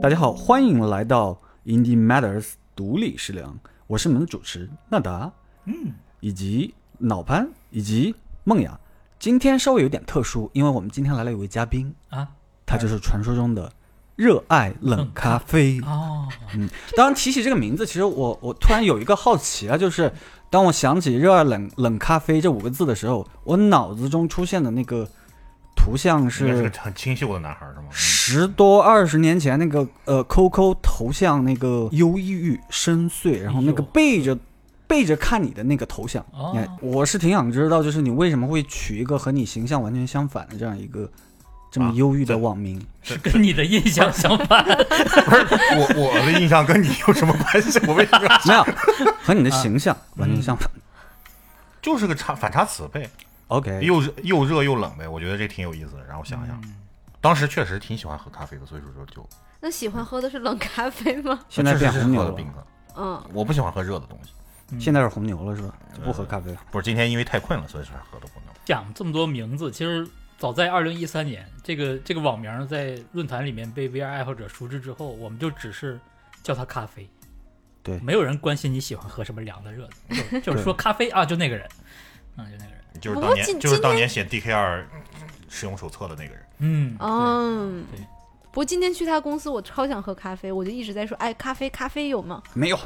大家好，欢迎来到 Indie Matters 独立食粮，我是你们的主持纳达，嗯，以及脑潘以及梦雅。今天稍微有点特殊，因为我们今天来了一位嘉宾，啊，他就是传说中的热爱冷咖啡。哦，当然提起这个名字，其实我我突然有一个好奇啊，就是当我想起“热爱冷冷咖啡”这五个字的时候，我脑子中出现的那个图像应该是是个很清秀的男孩儿是吗？十多二十年前那个呃 QQ 头像那个忧郁深邃，然后那个哎呦背着背着看你的那个头像，哦你看我是挺想知道，就是你为什么会取一个和你形象完全相反的这样一个这么啊忧郁的这网名？这这跟你的印象 相反。不是我我的印象跟你有什么关系？我为什么要没有，和你的啊形象完嗯全相反。 就是个差反差词呗， OK，又热又热又冷呗，我觉得这挺有意思的。然后想想，当时确实挺喜欢喝咖啡的，所以说就就那喜嗯欢喝的是冷咖啡 吗？现在变确实是红牛喝的了，冰的，嗯，我不喜欢喝热的东西。现在是红牛了是吧？就不喝咖啡了。不是今天因为太困了，所以说喝的红牛。讲这么多名字，其实早在二零一三年，这个这个网名在论坛里面被 VR 爱好者熟知之后，我们就只是叫它咖啡。对没有人关心你喜欢喝什么凉的、热的，就就是说咖啡啊，就那个人，嗯，就那个人，就是不当过年今就是今当年写 DK 二使用手册的那个人，嗯，对嗯对。不过今天去他公司，我超想喝咖啡，我就一直在说，哎，咖啡，咖啡有吗？没有，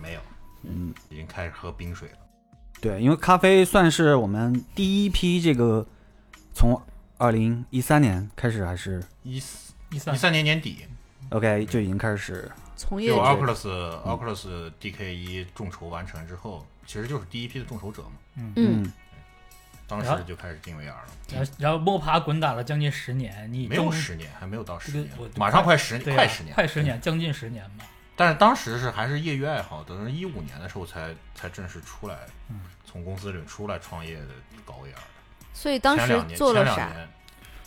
没有，嗯，已经开始喝冰水了。对，因为咖啡算是我们第一批这个从二零一三年开始还是一一一三三年年底， OK 就已经开始从业就者嗯 Oculus Oculus DK 一众筹完成之后，其实就是第一批的众筹者嘛。嗯，当然后时就开始定 VR 了，然后然后摸爬滚打了将近十年，你没有终十年，还没有到十这个年我，马上快十对年，啊快十年，快十。年，将近十年 吧。但是当时是还是业余爱好，等到一五年的时候才才正式出来嗯，从公司里出来创业的搞 VR 的。所以当前时两年做了？前两啥？年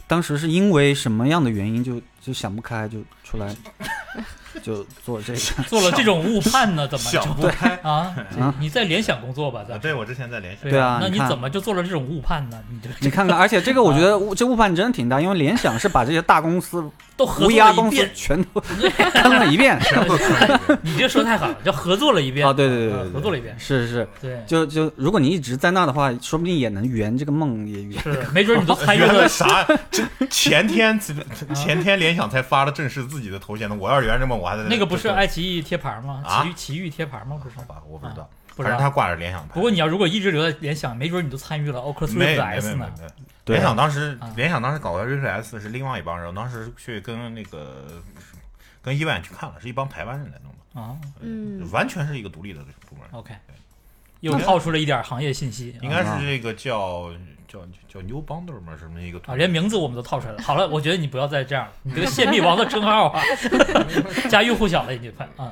当时是因为什么样的原因就就想不开，就出来 就做这 个。做了这种误判呢，怎么想不开就 啊啊？你在联想工作吧，咱啊！对，我之前在联想，对啊啊，那你你看怎么就做了这种误判呢？你这你看看，而且这个我觉啊得这误判真的挺大，因为联想是把这些大公司、都无合作了鸦一 公司 遍，全都 坑了一 遍。全部都出来了你这说太狠了，叫合作了一遍哦啊，对对对啊对，合作了一遍，是是是，对，就就如果你一直在那的话，说不定也能圆这个梦，也 圆。是没 准你都参与原来了，啥？这前天前天联想才发了正式自己的头衔呢。我要圆这么，我还在那个不是这这爱奇艺贴牌吗？啊奇遇奇遇贴牌吗？不是好，吧？我不知道，不反知正他道。挂着联想牌。不过你要如果一直留在联想，没准你都参与了 Oculus Rift 没没没 S 没呢。没。对联想当时啊，联想当时搞个 r i f S 是另外一帮人，我当时去跟那个跟伊万去看了，是一帮台湾人来弄的，呃啊嗯完全是一个独立的部门， ，OK，对又套出了一点行业信息，啊应该是这个叫叫叫 New Bounder 嘛，什么一个啊，连名字我们都套出来了。好了，我觉得你不要再这样了，你这个泄密王的称号 啊， 家喻户晓了已经快啊。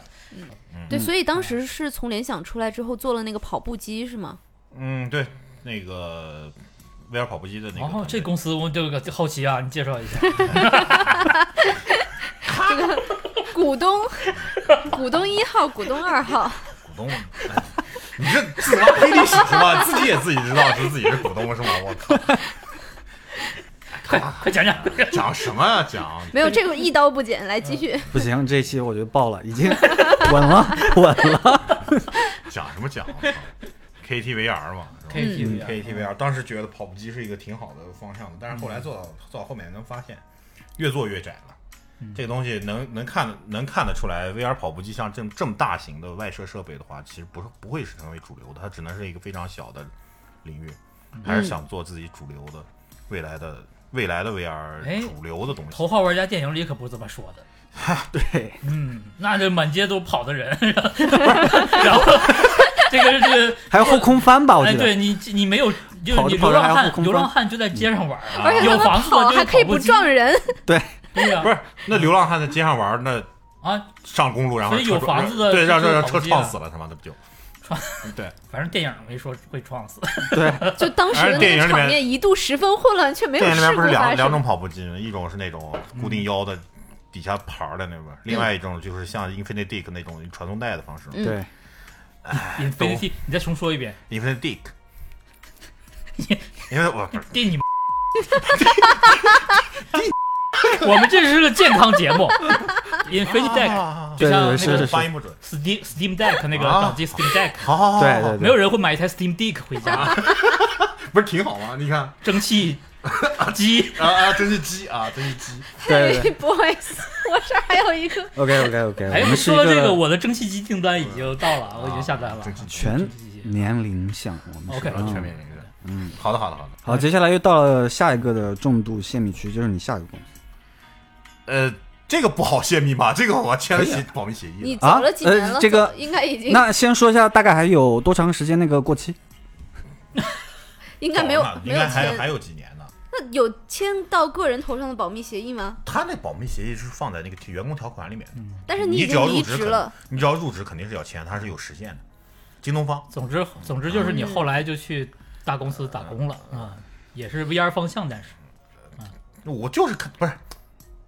对，嗯所以当时是从联想出来之后做了那个跑步机是吗？嗯，对，那个 VR 跑步机的那个团哦队，，这公司我这个好奇啊，你介绍一下。 股东，股东一号，股东二号，股东。 哎你这自拉黑历史是吧？自己也自己知道是自己是股东是吗？我靠，快快讲讲，讲什么呀、讲没有这个一刀不剪，来继嗯续。不行，这期我觉得爆了，已 经稳了，稳了。讲什么讲？KTVR 嘛，是吧 KTVR 嗯 KTVR，当啊时觉得跑步机是一个挺好的方向的，但是后来做到做到后面能发现，越做越窄了。嗯这个东西能能看能看得出来，VR 跑步机像这么这么大型的外设设备的话，其实不是不会是成为主流的，它只能是一个非常小的领域。嗯还是想做自己主流的未来的未来的哎 VR 主流的东西。头号玩家电影里可不是这么说的。对，嗯，那这满街都跑的人，然后这个这个，还有后空翻吧，我哎，记得。对你你没有，就是跑着你跑流着还要浪汉后，空流翻浪汉就在街上玩而啊，且有他房们子跑就还是可以跑步不机， 撞人， 对啊呀不是，那流浪汉在街上玩，那啊，上公路然后所以有车撞房子的对，让就是让让跑车步机撞啊死了，他妈的不就撞对。反正电影没说会撞死，就当时的而且电影那里个面场面一度十分混乱，却没有电影里哎面事不故是两发两生。种跑步机吗？一种是那种固定腰的，底下盘儿的那边；另外一种就是像 Infinity Dick 那种传送带的方式。嗯对， Infinity，你再重说一遍， Infinity Dick，因为我不是地你妈， 我们这是个健康节目， Infinity Deck，啊就对像对那是个是是发，音不准， Steam Steam Deck 那个啊掌机 Steam Deck，好好好，对对哦没有人会买一台 Steam Deck 回家，不是挺好吗？你看蒸 汽机啊啊，真是鸡啊，真是鸡，对 对不好意思，我这儿还有一个， ，OK OK OK，哎，我们是一说到这个，个我的蒸汽机订单已经到了，我已经下单了。真是鸡全蒸汽机年龄向，我们是 OK 然后全嗯面认证，嗯，好的好的好的，好，接下来又到了下一个的重度泄密区，就是你下一个公司呃，这个不好泄密吧？这个我签了协啊保密协议你了，啊走了几年了？呃这个走应该已经那先说一下，大概还有多长时间那个过期？应该没有好吧没啊应有该还还签，有几年呢。那有签到个人头上的保密协议吗？他那保密协议是放在那个员工条款里面的，嗯但是已你只要经入离职职肯了，，你只要入职肯定是要签，它是有时限的。京东方总之，总之就是你后来就去大公司打工了啊，也是 VR 方向，但是我就是看不是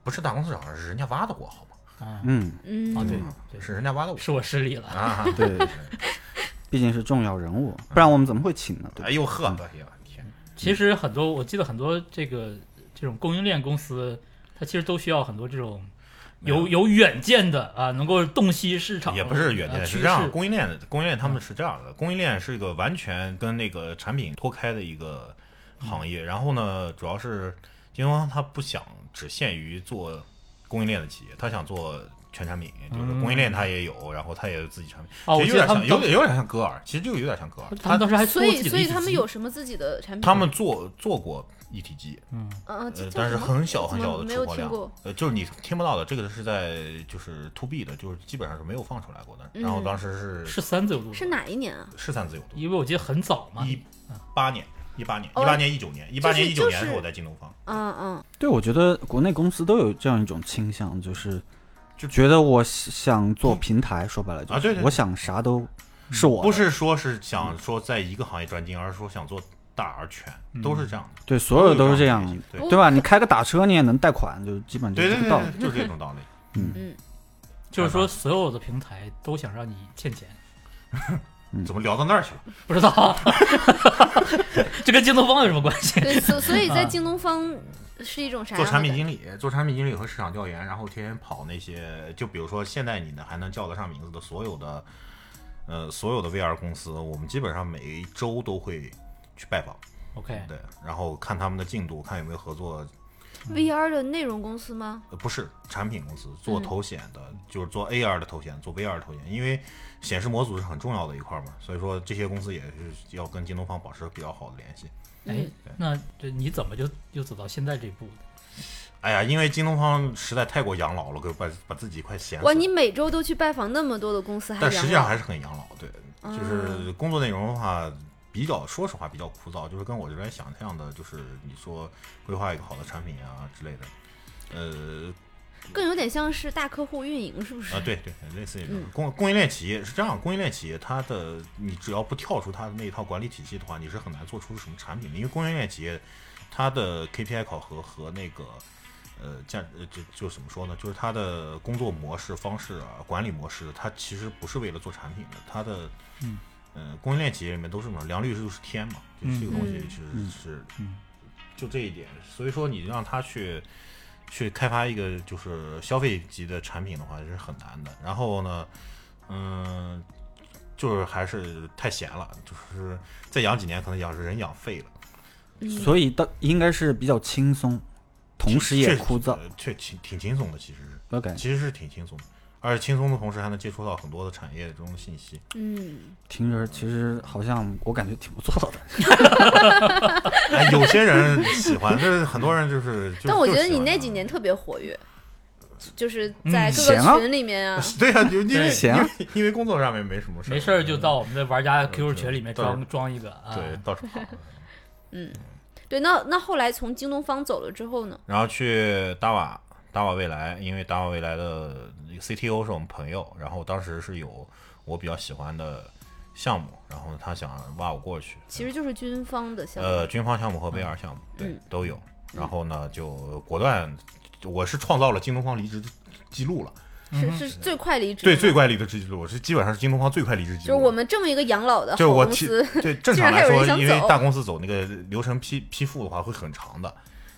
不是大公司找的，是人家挖的我，好吗？啊嗯，嗯啊，对对，是人家 挖的我是我失礼了。啊！对， 毕竟是重要人物，不然我们怎么会请呢？对吧哎呦呵，哎呀天，其实很多，我记得很多这个这种供应链公司，它其实都需要很多这种有有远见的啊，能够洞悉市场，也不是远啊见，趋是势这样，供应链供应链他们是这样的，供应链是一个完全跟那个产品脱开的一个行业。然后呢，主要是京东方它不想只限于做供应链的企业，它想做全产品，就是嗯供应链它也有，然后它也有自己产品，哦，我其记实有得点他们像有当点有点像歌尔，其实就有点像歌尔，他们它当时还所做自以己的所以一体他们机有什么自己的产品？他们做做过一体机，嗯嗯，呃呃叫，但是什么很小很怎么小的出没货有听量过。，呃，就是你听不到的，这个是在就是 to B 的，就是基本上是没有放出来过的。然后嗯当时是是三自由嗯度的，是哪一年啊？是三自由度，因为我记得很早嘛，一八年、一八年、一哦八年、一九年、一八年、一九就年是是我在京东方，嗯嗯，对，我觉得国内公司都有这样一种倾向，就是就觉得我想做平台，说白了就是、啊对对我想啥都是我的，不是说是想说在一个行业专精，而是说想做大而全，嗯都是这样的，对，所有都是这样的的，。对我对吧？你开个打车，你也能贷款，就基本就对是对这个对道理。对，就是这种道理。嗯 就是说所有的平台都想让你欠钱， 嗯怎么聊到那儿去了？不知道， 这跟京东方有什么关系？对，所所以啊在京东方是一种啥样做的产品经理，做产品经理和市场调研，然后天天跑那些，就比如说现在你呢还能叫得上名字的所有的，呃，所有的 VR 公司，我们基本上每一周都会去拜访， OK，对，然后看他们的进度，看有没有合作。 VR 的内容公司吗？呃不是产品公司做头显的，就是做 AR 的头显，做 VR 的头显，因为显示模组是很重要的一块嘛，所以说这些公司也是要跟京东方保持比较好的联系。哎，那这你怎么就又走到现在这一步的？哎呀，因为京东方实在太过养老了，给我把把自己快闲死哇，了。你每周都去拜访那么多的公司，还但实际上养老？还是很养老，对，就是嗯工作内容的话，比较说实话比较枯燥，就是跟我原来想象的，就是你说规划一个好的产品啊之类的，呃更有点像是大客户运营，是不是？啊，对对，类似于这种嗯供供应链企业是这样，供应链企业它的你只要不跳出它的那一套管理体系的话，你是很难做出什么产品的，因为供应链企业它的 KPI 考核和那个。呃，价呃，就就怎么说呢？就是它的工作模式、方式啊，管理模式，它其实不是为了做产品的，它的嗯呃，供应链企业里面都是嘛，良率就是天嘛，就嗯这个东西嗯其实嗯是嗯就这一点，所以说你让他去去开发一个就是消费级的产品的话，是很难的。然后呢，嗯，就是还是太闲了，就是再养几年可能养人养废了，嗯，所以到应该是比较轻松，同时也确枯燥。呃确挺挺轻松的，其实是 OK，其实是挺轻松的，而且轻松的同时还能接触到很多的产业中的信息。嗯，听着其实好像我感觉挺不错 的。哎，有些人喜欢，但是很多人就是，就但我觉就得喜欢啊你那这几样年特别活跃，就是嗯在各闲啊个群里 面啊，对呀、就因为行因为因为工作上面没什么事儿，没事儿就到我们的玩家嗯 QQ 群里面装对装一个啊，对到处跑，对，那那后来从京东方走了之后呢？然后去达瓦达瓦未来，因为达瓦未来的 CTO 是我们朋友，然后当时是有我比较喜欢的项目，然后他想挖我过去，其实就是军方的项目，呃，军方项目和 VR 项目对、嗯都有，然后呢就果断，我是创造了京东方离职记录了，嗯哼是是最快离职，对最，快离职记录，是基本上是京东方最快离职记就是录。我们这么一个养老的就好我公提司， 对，正竟常然还来有人说，想因为走大公司走那个流程批批复的话会很长的，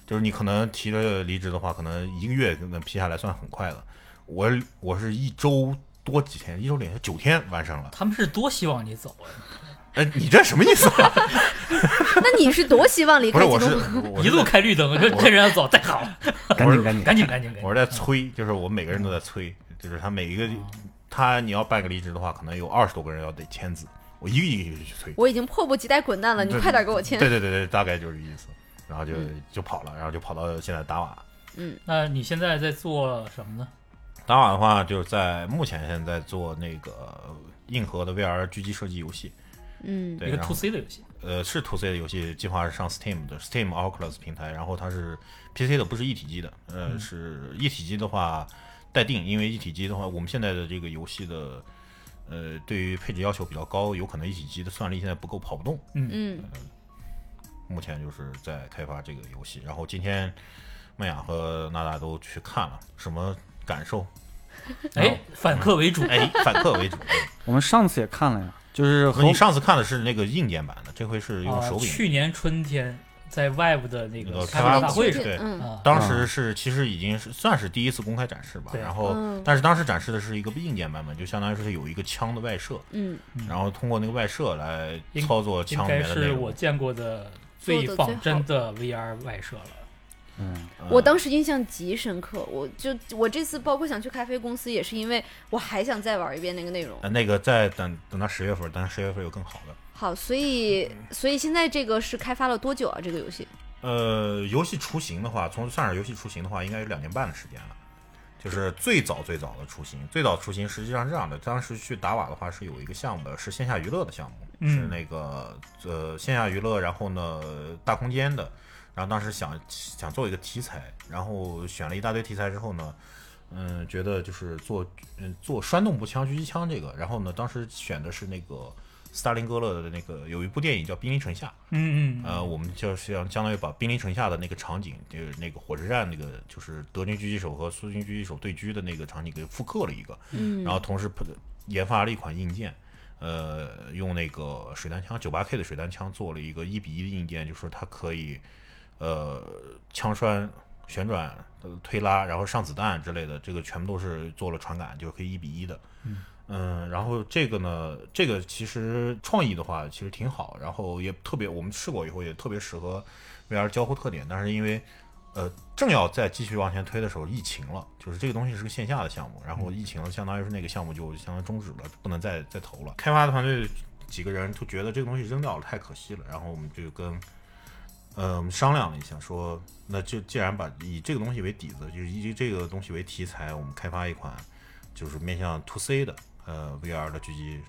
就是你可能提着离职的话，可能一个月能批下来算很快的。我我是一周多几天，一周连续九天完成了。他们是多希望你走啊！哎，你这什么意思、 啊？那你是多希望离不开是，吉我隆是 坡？我一是路在开绿灯，就这人要走，太好 了，赶紧赶紧，赶紧赶紧赶紧！我是在催，就是我们每个人都在催，就是他每一个哦他你要办个离职的话，可能有二十多个人要得签字，我一个一个一个去催。我已经迫不及待滚蛋了，你对快点给我签。对对对对，大概就是这意思。然后就嗯就跑了，然后就跑到现在达瓦。那你现在在做什么呢？达瓦的话，就是在目前现在做那个硬核的 VR 狙击射击游戏，嗯对，一个然后 to C 的游戏，呃，是 To C 的游戏，计划是上 Steam 的 Steam Oculus 平台，然后它是 PC 的，不是一体机的。呃，嗯是一体机的话待定，因为一体机的话，我们现在的这个游戏的呃，对于配置要求比较高，有可能一体机的算力现在不够跑不动。嗯目前就是在开发这个游戏，然后今天麦雅和娜娜都去看了，什么感受？哎，反客为主，哎，反客 为主。我们上次也看了呀，就是和你上次看的是那个硬件版的，这回是用啊手，柄。去年春天在 Web 的那那个个开开发发大大会会上上对哦嗯啊，当时是其实已经是算是第一次公开展示吧，对然后、嗯但是当时展示的是一个硬件版本，就相当于是有一个枪的外设，嗯，嗯然后通过那个外设来应操作应枪里该面的内是我容。见过的做最得最仿真的 VR 外设了。嗯，我嗯当时印象极深刻，我就我这次包括想去咖啡公司，也是因为我还想再玩一遍那个内容。呃那个再等等到十月份，等十月份有更好的。好，所以嗯所以现在这个是开发了多久啊？这个游戏呃，游戏雏形的话，从算是游戏雏形的话，应该有两年半的时间了。就是最早最早的雏形，最早雏形实际上是这样的，当时去达瓦的话是有一个项目的，是线下娱乐的项目，嗯是那个呃线下娱乐，然后呢大空间的，然后当时想想做一个题材，然后选了一大堆题材之后呢，嗯，觉得就是做嗯做栓动步枪、狙击枪这个，然后呢当时选的是那个斯大林格勒的那个有一部电影叫《兵临城下》，嗯呃，我们就是相相当于把兵临城下的那个场景，就是那个火车站那个，就是德军狙击手和苏军狙击手对狙的那个场景给复刻了一个，嗯然后同时配研发了一款硬件，呃，用那个水弹枪九八 K 的水弹枪做了一个一比一的硬件，就是它可以，呃，枪栓旋转、呃推拉，然后上子弹之类的，这个全部都是做了传感，就是可以一比一的。嗯，然后这个呢，这个其实创意的话其实挺好，然后也特别，我们试过以后也特别适合 VR 交互特点，但是因为呃正要再继续往前推的时候，疫情了，就是这个东西是个线下的项目，然后疫情了，相当于是那个项目就相当于终止了，不能再再投了。开发团队几个人都觉得这个东西扔掉了太可惜了，然后我们就跟呃我们商量了一下，说那就既然把以这个东西为底子，就是以这个东西为题材，我们开发一款就是面向 to C 的呃 VR 的狙击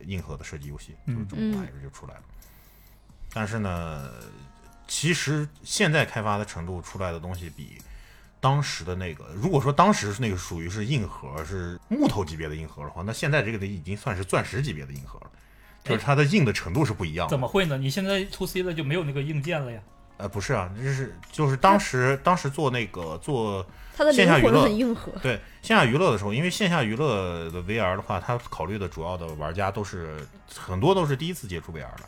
硬核的射击游戏，就是这么玩意儿就出来了。但是呢，其实现在开发的程度出来的东西比当时的那个，如果说当时那个属于是硬核，是木头级别的硬核的话，那现在这个已经算是钻石级别的硬核了。就是它的硬的程度是不一样的怎，么会呢？你现在 to C 了就没有那个硬件了呀？呃，不是啊，就是就是当时当时做那个做它的灵线下娱魂乐很硬核。对线下娱乐的时候，因为线下娱乐的 VR 的话，它考虑的主要的玩家都是很多都是第一次接触 VR 的，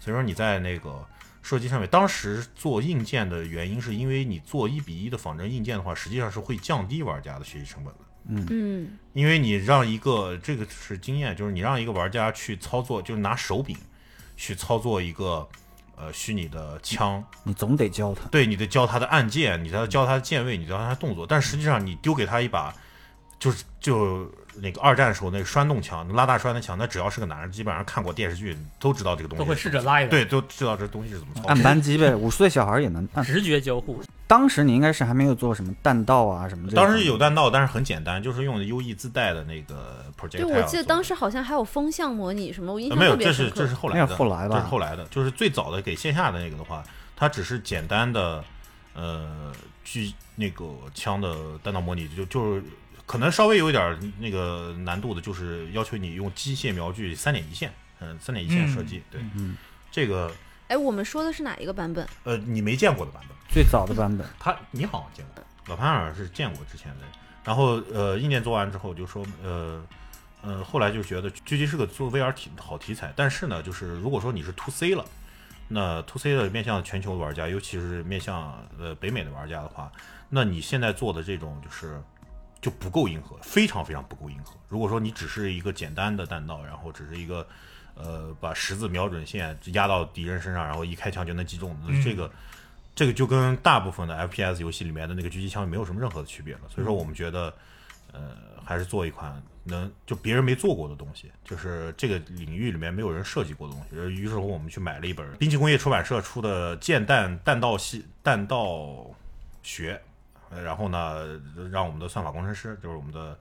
所以说你在那个设计上面，当时做硬件的原因是因为你做一比一的仿真硬件的话，实际上是会降低玩家的学习成本的。嗯因为你让一个这个是经验，就是你让一个玩家去操作，就是拿手柄去操作一个呃虚拟的枪，你总得教他，对，你得教他的按键，你得教他的键位，你得教他的动作。但实际上，你丢给他一把，就是就那个二战时候那个栓动枪、拉大栓的枪，那只要是个男人，基本上看过电视剧都知道这个东西都是，会试着拉一拉，，对，都知道这东西是怎么操作。按扳机呗，五十岁小孩儿也能按。直觉交互。当时你应该是还没有做什么弹道啊什么这种。当时有弹道，但是很简单，就是用的 UE 自带的那个 projectile 对，做的。我记得当时好像还有风向模拟什么，我印呃象没有，特别这深是这刻是。后来那是的，后来这是吧后来的，就是最早的给线下的那个的话，它只是简单的呃狙那个枪的弹道模拟，就就是可能稍微有一点儿那个难度的，就是要求你用机械瞄具三点一线，嗯、三点一线射击，对，嗯这个哎，我们说的是哪一个版本？呃你没见过的版本，最早的版本，他你好像见过，老潘好像是见过之前的。然后呃，硬件做完之后就说呃呃，后来就觉得狙击是个做 VR 题好题材，但是呢，就是如果说你是 To C 了，那 To C 的面向全球玩家，尤其是面向呃北美的玩家的话，那你现在做的这种就是就不够硬核，非常非常不够硬核。如果说你只是一个简单的弹道，然后只是一个呃把十字瞄准线压到敌人身上，然后一开枪就能击中，那嗯这个这个就跟大部分的 FPS 游戏里面的那个狙击枪没有什么任何的区别了。所以说我们觉得，呃，还是做一款能就呃别人没做过的东西，就是呃这个领域里面没有人设计过的东西。呃于是乎，我们去买了一本兵器工业出版社出的《剑弹弹道系弹道学》，呃然后呢，让我们的算法工程师，就是我们的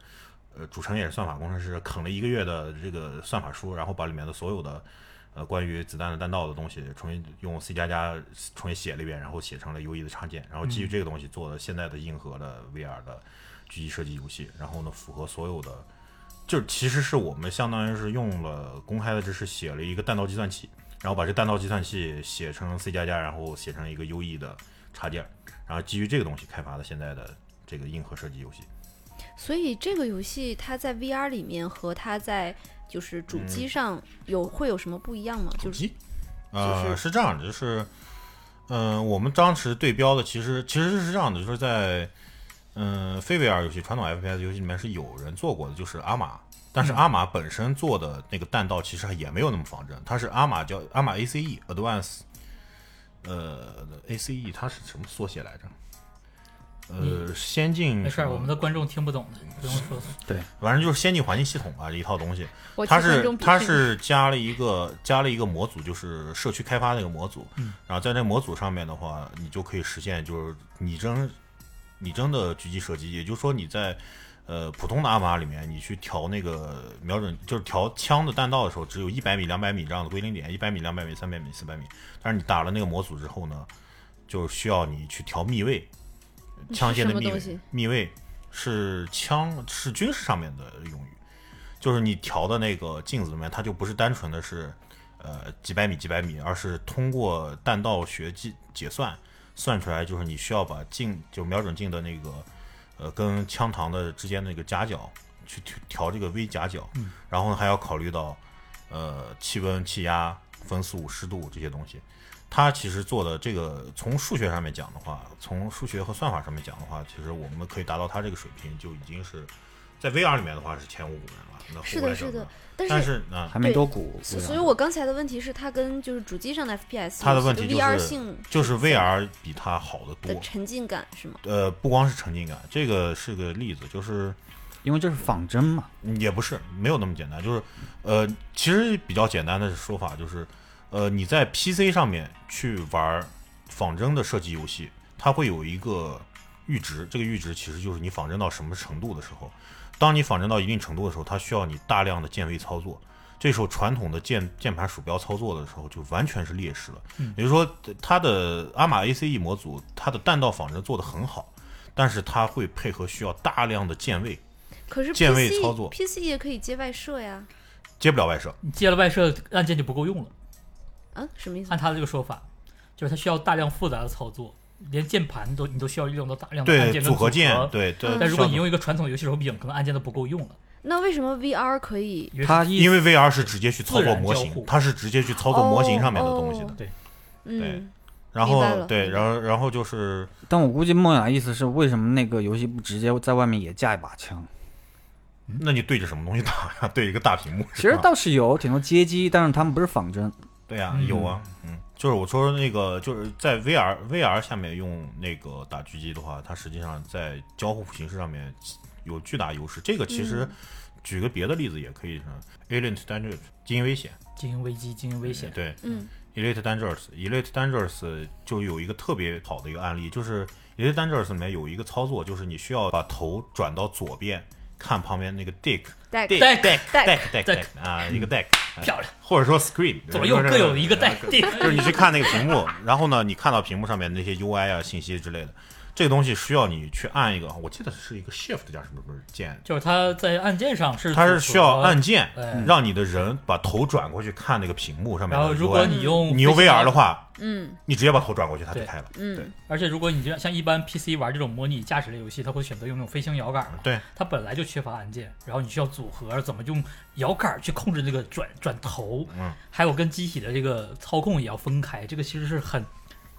呃主成也是算法工程师，啃了一个月的这个算法书，然后把里面的所有的呃关于子弹的弹道的东西重新用 C 加加重新写了一遍，然后写成了优异的插件，然后基于这个东西做了现在的硬核的 VR 的狙击射击游戏，然后呢符合所有的。就是其实是我们相当于是用了公开的知识写了一个弹道计算器，然后把这弹道计算器写成 C 加加，然后写成一个优异的插件，然后基于这个东西开发的现在的这个硬核射击游戏。所以这个游戏它在 VR 里面和它在就是主机上有、会有什么不一样吗？就嗯是机，呃，就是是这样的，就是，嗯、我们当时对标的其实其实是这样的，就是在嗯、非 VR 游戏、传统 FPS 游戏里面是有人做过的，就是阿玛。嗯但是阿玛本身做的那个弹道其实也没有那么仿真，它是阿玛叫阿玛 ACE Advance，呃 ACE 它是什么缩写来着？呃，先进没事什儿，么我们的观众听不懂的，不用说。反正就是先进环境系统吧，一套东西。我它去看是中它比是加了一个加了一个模组，就是社区开发那个模组。嗯然后在这模组上面的话，你就可以实现就是拟真拟真的狙击射击，也就是说你在呃普通的阿玛里面，你去调那个瞄准，就是调枪的弹道的时候，只有一百米、两百米这样的归零点，一百米、两百米、三百米、四百米。但是你打了那个模组之后呢，就需要你去调密位，枪械什的么密东位西，密位是枪是军事上面的用语，就是你调的那个镜子里面，它就不是单纯的是呃几百米几百米，而是通过弹道学计解算算出来，就是你需要把镜就瞄准镜的那个呃跟枪膛的之间的那个夹角去去调这个微夹角，然后呢还要考虑到呃气温、气压、风速、湿度这些东西。它其实做的这个，从数学上面讲的话，从数学和算法上面讲的话，其实我们可以达到它这个水平，就已经是在 VR 里面的话是前无古人了。那是后来的，讲是的，但但是。是啊、还没对多鼓。所对啊所以，我刚才的问题是，它跟就是主机上的 FPS，它的游戏问题就是 VR 性就是 VR 比它好得的多。沉浸感是吗？呃，不光是沉浸感，这个是个例子，就是因为这是仿真嘛，也不是没有那么简单，就是呃，其实比较简单的说法就是，呃，你在 PC 上面去玩仿真的射击游戏，它会有一个阈值，这个阈值其实就是你仿真到什么程度的时候，当你仿真到一定程度的时候，它需要你大量的键位操作。这时候传统的键键盘鼠标操作的时候就完全是劣势了，嗯也就是说，它的阿玛 ACE 模组它的弹道仿真做得很好，但是它会配合需要大量的键位，可是 PC 键位操作 PC 也可以接外设呀，接不了外设。你接了外设按键就不够用了。啊，什么意思按？他的这个说法，就是它需要大量复杂的操作，连键盘都你都需要利用到大量的按对键跟合键，合。对嗯对。但如果上你头用一个传统游戏手柄，可能按键都不够用了。那为什么 VR 可以？因为它一因为 VR 是直接去操自作然模交型互，它是直接去操作模型上面的哦东西的。哦对对嗯，然明白后了对，明然后然后就是但我估计梦雅意思是，为什么那个游戏不直接在外面也架一把枪？那你对着什么东西打呀？对一个大屏幕是吧。其实倒是有挺多街机，但是他们不是仿真。对呀、嗯有啊，嗯，就是我说那个，就是在 VR VR 下面用那个打狙击的话，它实际上在交互形式上面有巨大优势。这个其实嗯举个别的例子也可以，是 Alien Dangerous 精英危险，经营危机、经营危险，对，嗯 Elite Dangerous，Elite Dangerous 就有一个特别好的一个案例，就是 Elite Dangerous 里面有一个操作，就是你需要把头转到左边，看旁边那个 deck 带 deck 带 deck Deck deck deck 啊，一个嗯 deck，哎漂亮，或者说 screen，呃左右各有一个带。对就是你去看那个屏幕，然后呢，你看到屏幕上面那些 UI 啊、信息之类的，这个东西需要你去按一个，我记得是一个 shift 加什么什么键，就是它在按键上是它是需要按，键哎让你的人把头转过去看那个屏幕上面然的 UI。后如果你用你用 VR 的话。话，嗯你直接把头转过去，它就对开了。嗯，而且如果你这样像一般 PC 玩这种模拟驾驶类游戏，它会选择用那种飞行摇杆啊嘛？对，它本来就缺乏按键，然后你需要组合怎么用摇杆去控制那个转转头，嗯，还有跟机体的这个操控也要分开，这个其实是很，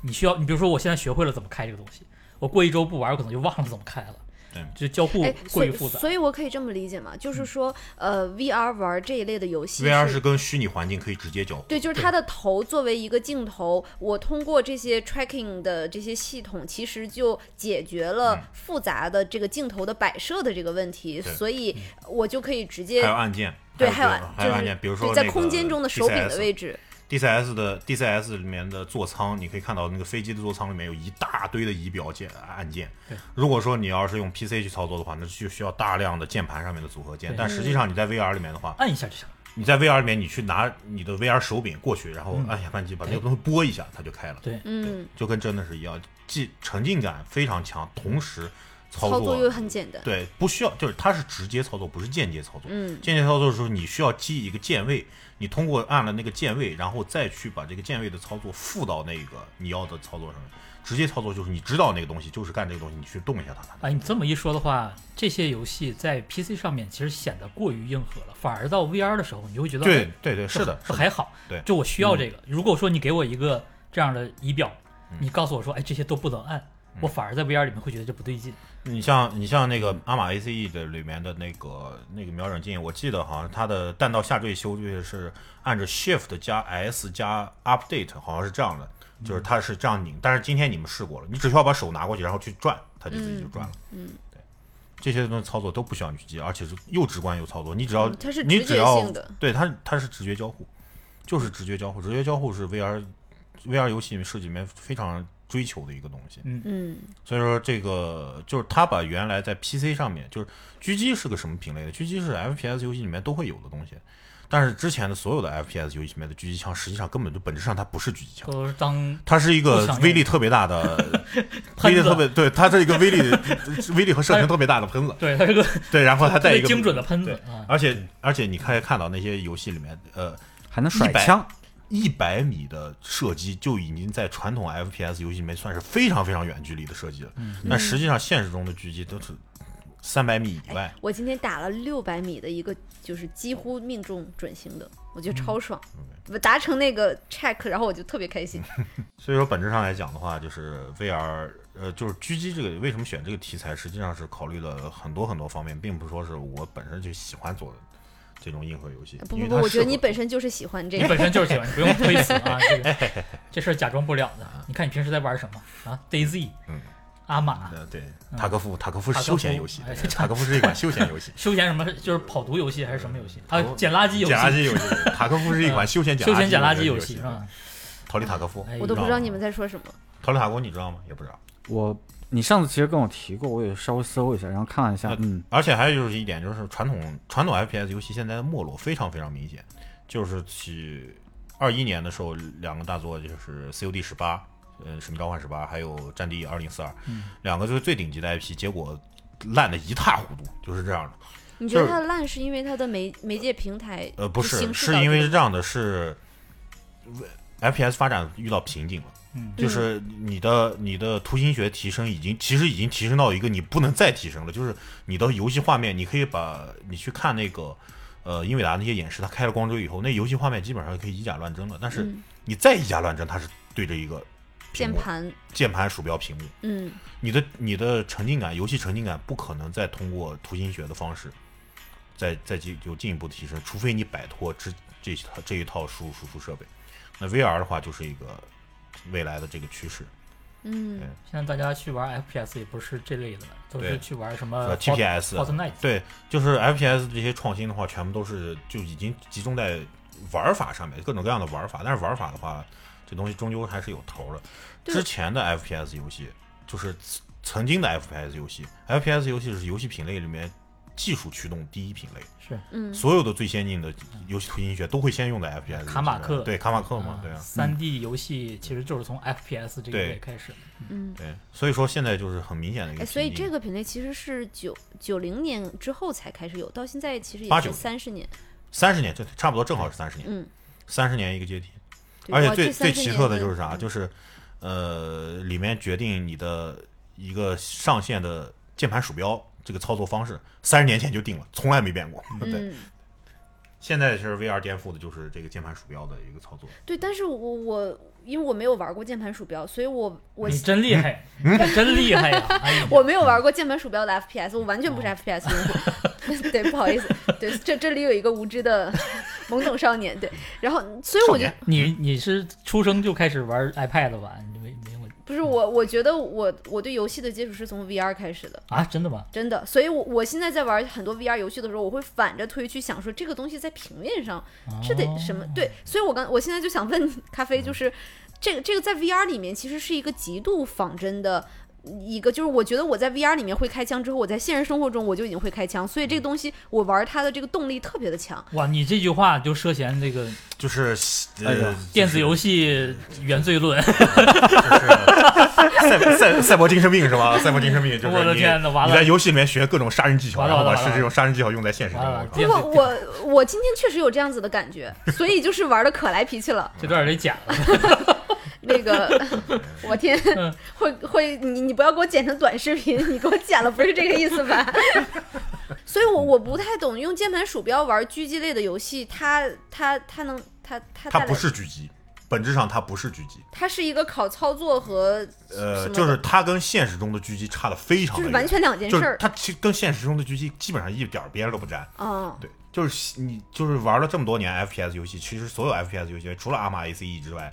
你需要你比如说我现在学会了怎么开这个东西，我过一周不玩，我可能就忘了怎么开了。对就交互哎，过所于以复杂。所以我可以这么理解嘛，就是说，呃，VR 玩这一类的游戏，VR 是跟虚拟环境可以直接交互。对，就是它的头作为一个镜头，我通过这些 tracking 的这些系统，其实就解决嗯了复杂的这个镜头的摆设的这个问题，对嗯所以我就可以直接还有按键，对，还有比如还还有有按键，比如说对在空间中的手柄的位置。置， DCS 的 DCS 里面的座舱，你可以看到那个飞机的座舱里面有一大堆的仪表键按键对。如果说你要是用 PC 去操作的话，那就需要大量的键盘上面的组合键。对但实际上你在 VR 里面的话，按一下就行。你在 VR 里面你去拿你的 VR 手柄过去，然后按下扳机把那个东西拨一下，它就开了。对，嗯，就跟真的是一样，既沉浸感非常强，同时操操作作又很简单，对不需要就是它是直接操作，不是间接操作。嗯，间接操作的时候，你需要记一个键位，你通过按了那个键位，然后再去把这个键位的操作附到那个你要的操作上面。直接操作就是你知道那个东西，就是干这个东西，你去动一下它。它哎，你这么一说的话，这些游戏在 PC 上面其实显得过于硬核了，反而到 VR 的时候，你就会觉得对哎对对，是的，这是的，还好。对就我需要这个。如果说你给我一个这样的仪表，嗯你告诉我说，哎，这些都不能按，我反而在 VR 里面会觉得这不对劲。你像你像那个阿玛 ACE 的里面的那个那个瞄准镜，我记得好像它的弹道下坠修略是按着 Shift 加 S 加 Update，好像是这样的，嗯就是它是这样拧。但是今天你们试过了，你只需要把手拿过去，然后去转，它就自己就转了。嗯嗯对，这些东西操作都不需要你去记，而且是又直观又操作。你只要、嗯它是你直只觉要性的，对它它是直觉交互，就是直觉交互，直觉交互是 VR VR 游戏设计里面非常追求的一个东西。嗯，所以说这个就是他把原来在 PC 上面，就是狙击是个什么品类的？狙击是 FPS 游戏里面都会有的东西，但是之前的所有的 FPS 游戏里面的狙击枪，实际上根本就本质上它不是狙击枪。都是当它是一不个想用威力特别大 的，威喷力子特别对，它是一个威力、 威力和射程特别大的喷子，对它是个对，然后它特带一别个精准的喷子对啊，而且而且你可以看到那些游戏里面，呃，还能甩100枪，一百米的射击就已经在传统 FPS 游戏里面算是非常非常远距离的射击了。嗯但实际上现实中的狙击都是三百米以外，我今天打了六百米的一个，就是几乎命中准星的，我嗯觉得超爽，我达成那个 check，然后我就特别开心，嗯所以说本质上来讲的话，就是 VR，呃，就是狙击这个为什么选这个题材，实际上是考虑了很多很多方面，并不是说是我本身就喜欢做这种硬核游戏。哎不因为不不，它我觉得适合你本身就是喜欢这你个，本身就是喜欢，你不用推辞啊。这个 这事儿假装不了的。你看你平时在玩什么啊？DayZ，啊嗯阿玛，呃对嗯塔科夫，塔科夫是塔科夫休闲游戏哎，，对塔科夫是一款休闲游戏 休闲什么就是跑毒游戏还是什么游戏啊跑毒？捡垃圾游捡垃戏，圾游戏，塔科夫是一款休闲捡休闲捡垃圾游游戏是对吧？逃离塔科夫哎，我都不知知道道你们在说什么。逃离塔科夫你知道吗？也不知道。我你上次其实跟我提过，我也稍微搜一下，然后看了一下呃，嗯，而且还有就是一点，就是传统传统 FPS 游戏现在的没落非常非常明显，就是去二一年的时候，两个大作就是 COD 十八，呃，《使命召唤十八》还有《战地二零四二》，两个就是最顶级的 IP，结果烂的一塌糊涂，就是这样的。你觉得就是它烂是因为它的媒媒介平台呃，不是，形式是导因致为的是这样的，是 FPS 发展遇到瓶颈了。嗯就是你的你的图形学提升已经其实已经提升到一个你不能再提升了，就是你的游戏画面，你可以把你去看那个呃英伟达那些演示，它开了光追以后，那游戏画面基本上可以以假乱真了。但是嗯你再以假乱真，它是对着一个屏键幕、盘，键盘、鼠标、屏幕，嗯，你的你的沉浸感，游戏沉浸感不可能再通过图形学的方式再再进有进一步提升，除非你摆脱这这这一套输入输出设备。那 VR 的话就是一个未来的这个趋势。嗯对，现在大家去玩 FPS 也不是这类的了，都对是去玩什么呃 TPS 啊 Fortnite。对，就是 FPS 这些创新的话，全部都是就已经集中在玩法上面，各种各样的玩法。但是玩法的话，这东西终究还是有头的。对之前的 FPS 游戏，就是曾曾经的 FPS 游戏，FPS 游戏是游戏品类里面技术驱动第一品类，是嗯，所有的最先进的游戏图形学都会先用的 FPS 游戏卡马克对卡马克嗯嘛，对啊。三 D 游戏其实就是从 FPS 这一对类开始的，嗯，对，所以说现在就是很明显的一个瓶哎，颈。所以这个品类其实是九九零年之后才开始有，到现在其实也89是三十年，三十年，这差不多正好是三十年，嗯，三十年一个阶梯。对而且哇最这最30奇年嗯特的的就是啥？就是，呃，里面决定你的一个上线的 键盘鼠标这个操作方式，三十年前就定了，从来没变过。对，嗯，现在其实 VR 颠覆的就是这个键盘鼠标的一个操作。对，但是我我因为我没有玩过键盘鼠标，所以我我你真厉害，你真厉害呀！哎呀我没有玩过键盘鼠标的 FPS，我完全哦不是 FPS 用户。 对，不好意思，对，这这里有一个无知的 懵懂少年，对，然后所以少我就年你你是出生就开始玩 iPad 吧？你没没我不是我，我觉得我我对游戏的接触是从 VR 开始的，啊？真的吗？真的，所以我我现在在玩很多 VR 游戏的时候，我会反着推去想说这个东西在平面上是得什么？对，所以我刚我现在就想问咖啡，就是这个这个在 VR 里面其实是一个极度仿真的一个，就是我觉得我在 VR 里面会开枪之后，我在现实生活中我就已经会开枪，所以这个东西我玩它的这个动力特别的强。哇，你这句话就涉嫌这个就是哎呀呃电子游戏，戏原罪论。赛赛赛博精神病是吧？赛博精神病就是你我的天哪完了你在游戏里面学各种杀人技巧，完了然后把完了是这种杀人技巧用在现实中。完了完了不过我我今天确实有这样子的感觉，所以就是玩的可来脾气了。这段儿得剪了，那个，我天嗯，会会，你你不要给我剪成短视频，你给我剪了，不是这个意思吧？ 所以我我不太懂，用键盘鼠标玩狙击类的游戏，它它它能它它它带来不是狙击，本质上它不是狙击，它是一个考操作和什呃，么就是它跟现实中的狙击差的非常就的是远，完全两件就事是儿，它其实跟现实中的狙击基本上一点儿边儿都不沾。嗯，对，就是你就是玩了这么多年 FPS 游戏，其实所有 FPS 游戏除了阿玛 ACE 之外，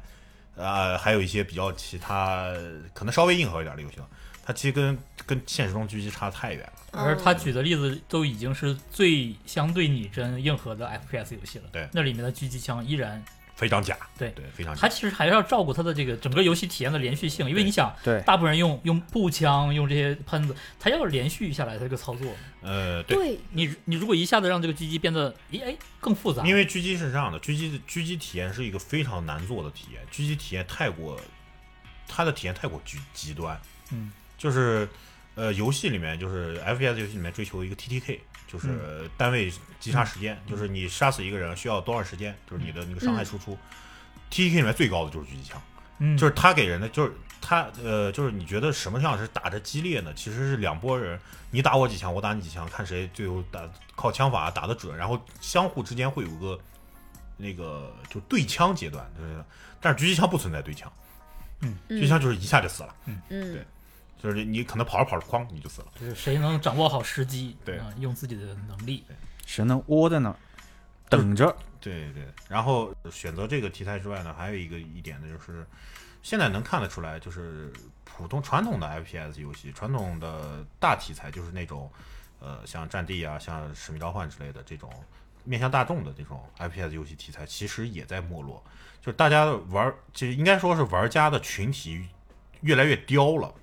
呃，还有一些比较其他可能稍微硬核一点的游戏了，它其实跟跟现实中狙击差太远了。而他举的例子都已经是最相对拟真硬核的 FPS 游戏了。对那里面的狙击枪依然，非常假，对对，非常它假。其实还是要照顾它的这个整个游戏体验的连续性，因为啊对你想，对大部分人用用步枪、用这些喷子，它要连续下来它这个操作。呃，对，对，你你如果一下子让这个狙击变得，咦哎更复杂，因为为狙击是这样的，狙击的狙击体验是一个非常难做的体验，狙击体验太过，它的体验太过极极端，嗯，就是呃，游戏里面就是 FPS 游戏里面追求一个 TTK，就是单位击杀时间，就是你杀死一个人需要多少时间，就是你的那个伤害输出。TTK 里面最高的就是狙击枪，嗯就是他给人的就是他呃，就是你觉得什么样是打着激烈呢？其实是两拨人，你打我几枪，我打你几枪，看谁最后打靠枪法打得准，然后相互之间会有个那个就对枪阶段，就是但是狙击枪不存在对枪，狙击嗯枪就是一下就死了，嗯，就是你可能跑着跑着哐你就死了。就是谁能掌握好时机，对啊用自己的能力，谁能窝在那儿等着？对对，然后选择这个题材之外呢，还有一个一点呢，就是现在能看得出来，就是普通传统的 FPS 游戏，传统的大题材就是那种，呃，像《战地》啊，像《使命召唤》之类的这种面向大众的这种 FPS 游戏题材，其实也在没落。就是大家的玩儿，其实应该说是玩家的群体越来越刁了，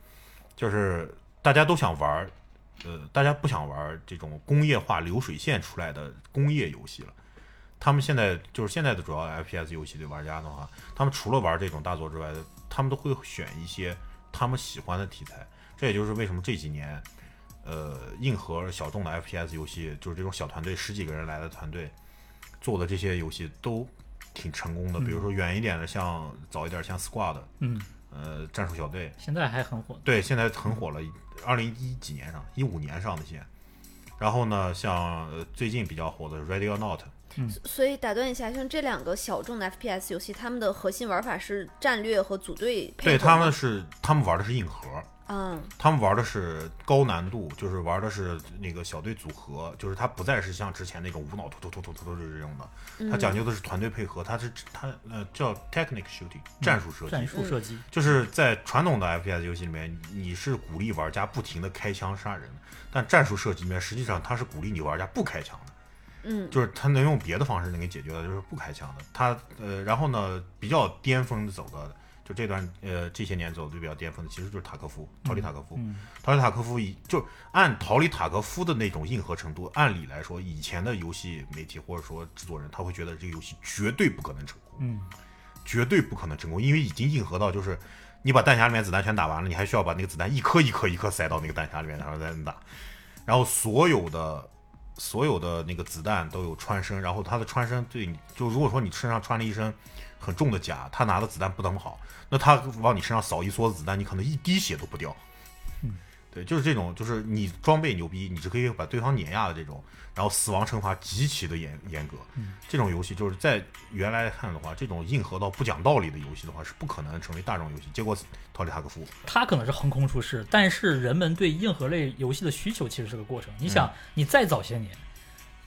就是大家都想玩儿，呃，大家不想玩儿这种工业化流水线出来的工业游戏了。他们现在就是现在的主要 FPS 游戏的玩家的话，他们除了玩这种大作之外，他们都会选一些他们喜欢的题材。这也就是为什么这几年，呃，硬核小众的 FPS 游戏，就是这种小团队十几个人来的团队做的这些游戏都挺成功的。比如说远一点的，像早一点像 Squad，嗯，呃，战术小队，现在还很火，对，现在很火了，二零一几年上，一五年上的线。然后呢，像呃最近比较火的《Ready or Not》，所以打断一下，像这两个小众的 FPS 游戏，他们的核心玩法是战略和组队配对合他吗们，是他们玩的是硬核，嗯他们玩的是高难度，就是玩的是那个小队组合，就是它不再是像之前那种无脑突突突突突突这种的，嗯它讲究的是团队配合，它是它呃叫 technic shooting 嗯战术射击，战术射击，就是在传统的 FPS 游戏里面，你是鼓励玩家不停的开枪杀人，但战术射击里面实际上它是鼓励你玩家不开枪的。嗯就是他能用别的方式能给解决的，就是不开枪的。他呃，然后呢，比较巅峰的走的，就这段呃这些年走的比较巅峰的，其实就是塔科夫，逃离塔科夫。嗯逃离塔科夫以就按逃离塔科夫的那种硬核程度，按理来说，以前的游戏媒体或者说制作人，他会觉得这个游戏绝对不可能成功，嗯，绝对不可能成功，因为已经硬核到就是。你把弹匣里面子弹全打完了，你还需要把那个子弹一颗一颗一颗塞到那个弹匣里面，然后再打。然后所有的所有的那个子弹都有穿身，然后它的穿身对你，就如果说你身上穿了一身很重的甲，他拿的子弹不怎么好，那他往你身上扫一梭子子弹，你可能一滴血都不掉。对，就是这种，就是你装备牛逼，你是可以把对方碾压的这种，然后死亡惩罚极其的严严格嗯。这种游戏就是在原来看的话，这种硬核到不讲道理的游戏的话，是不可能成为大众游戏。结果逃离塔科夫，它可能是横空出世，但是人们对硬核类游戏的需求其实是个过程。你嗯想，你再早些年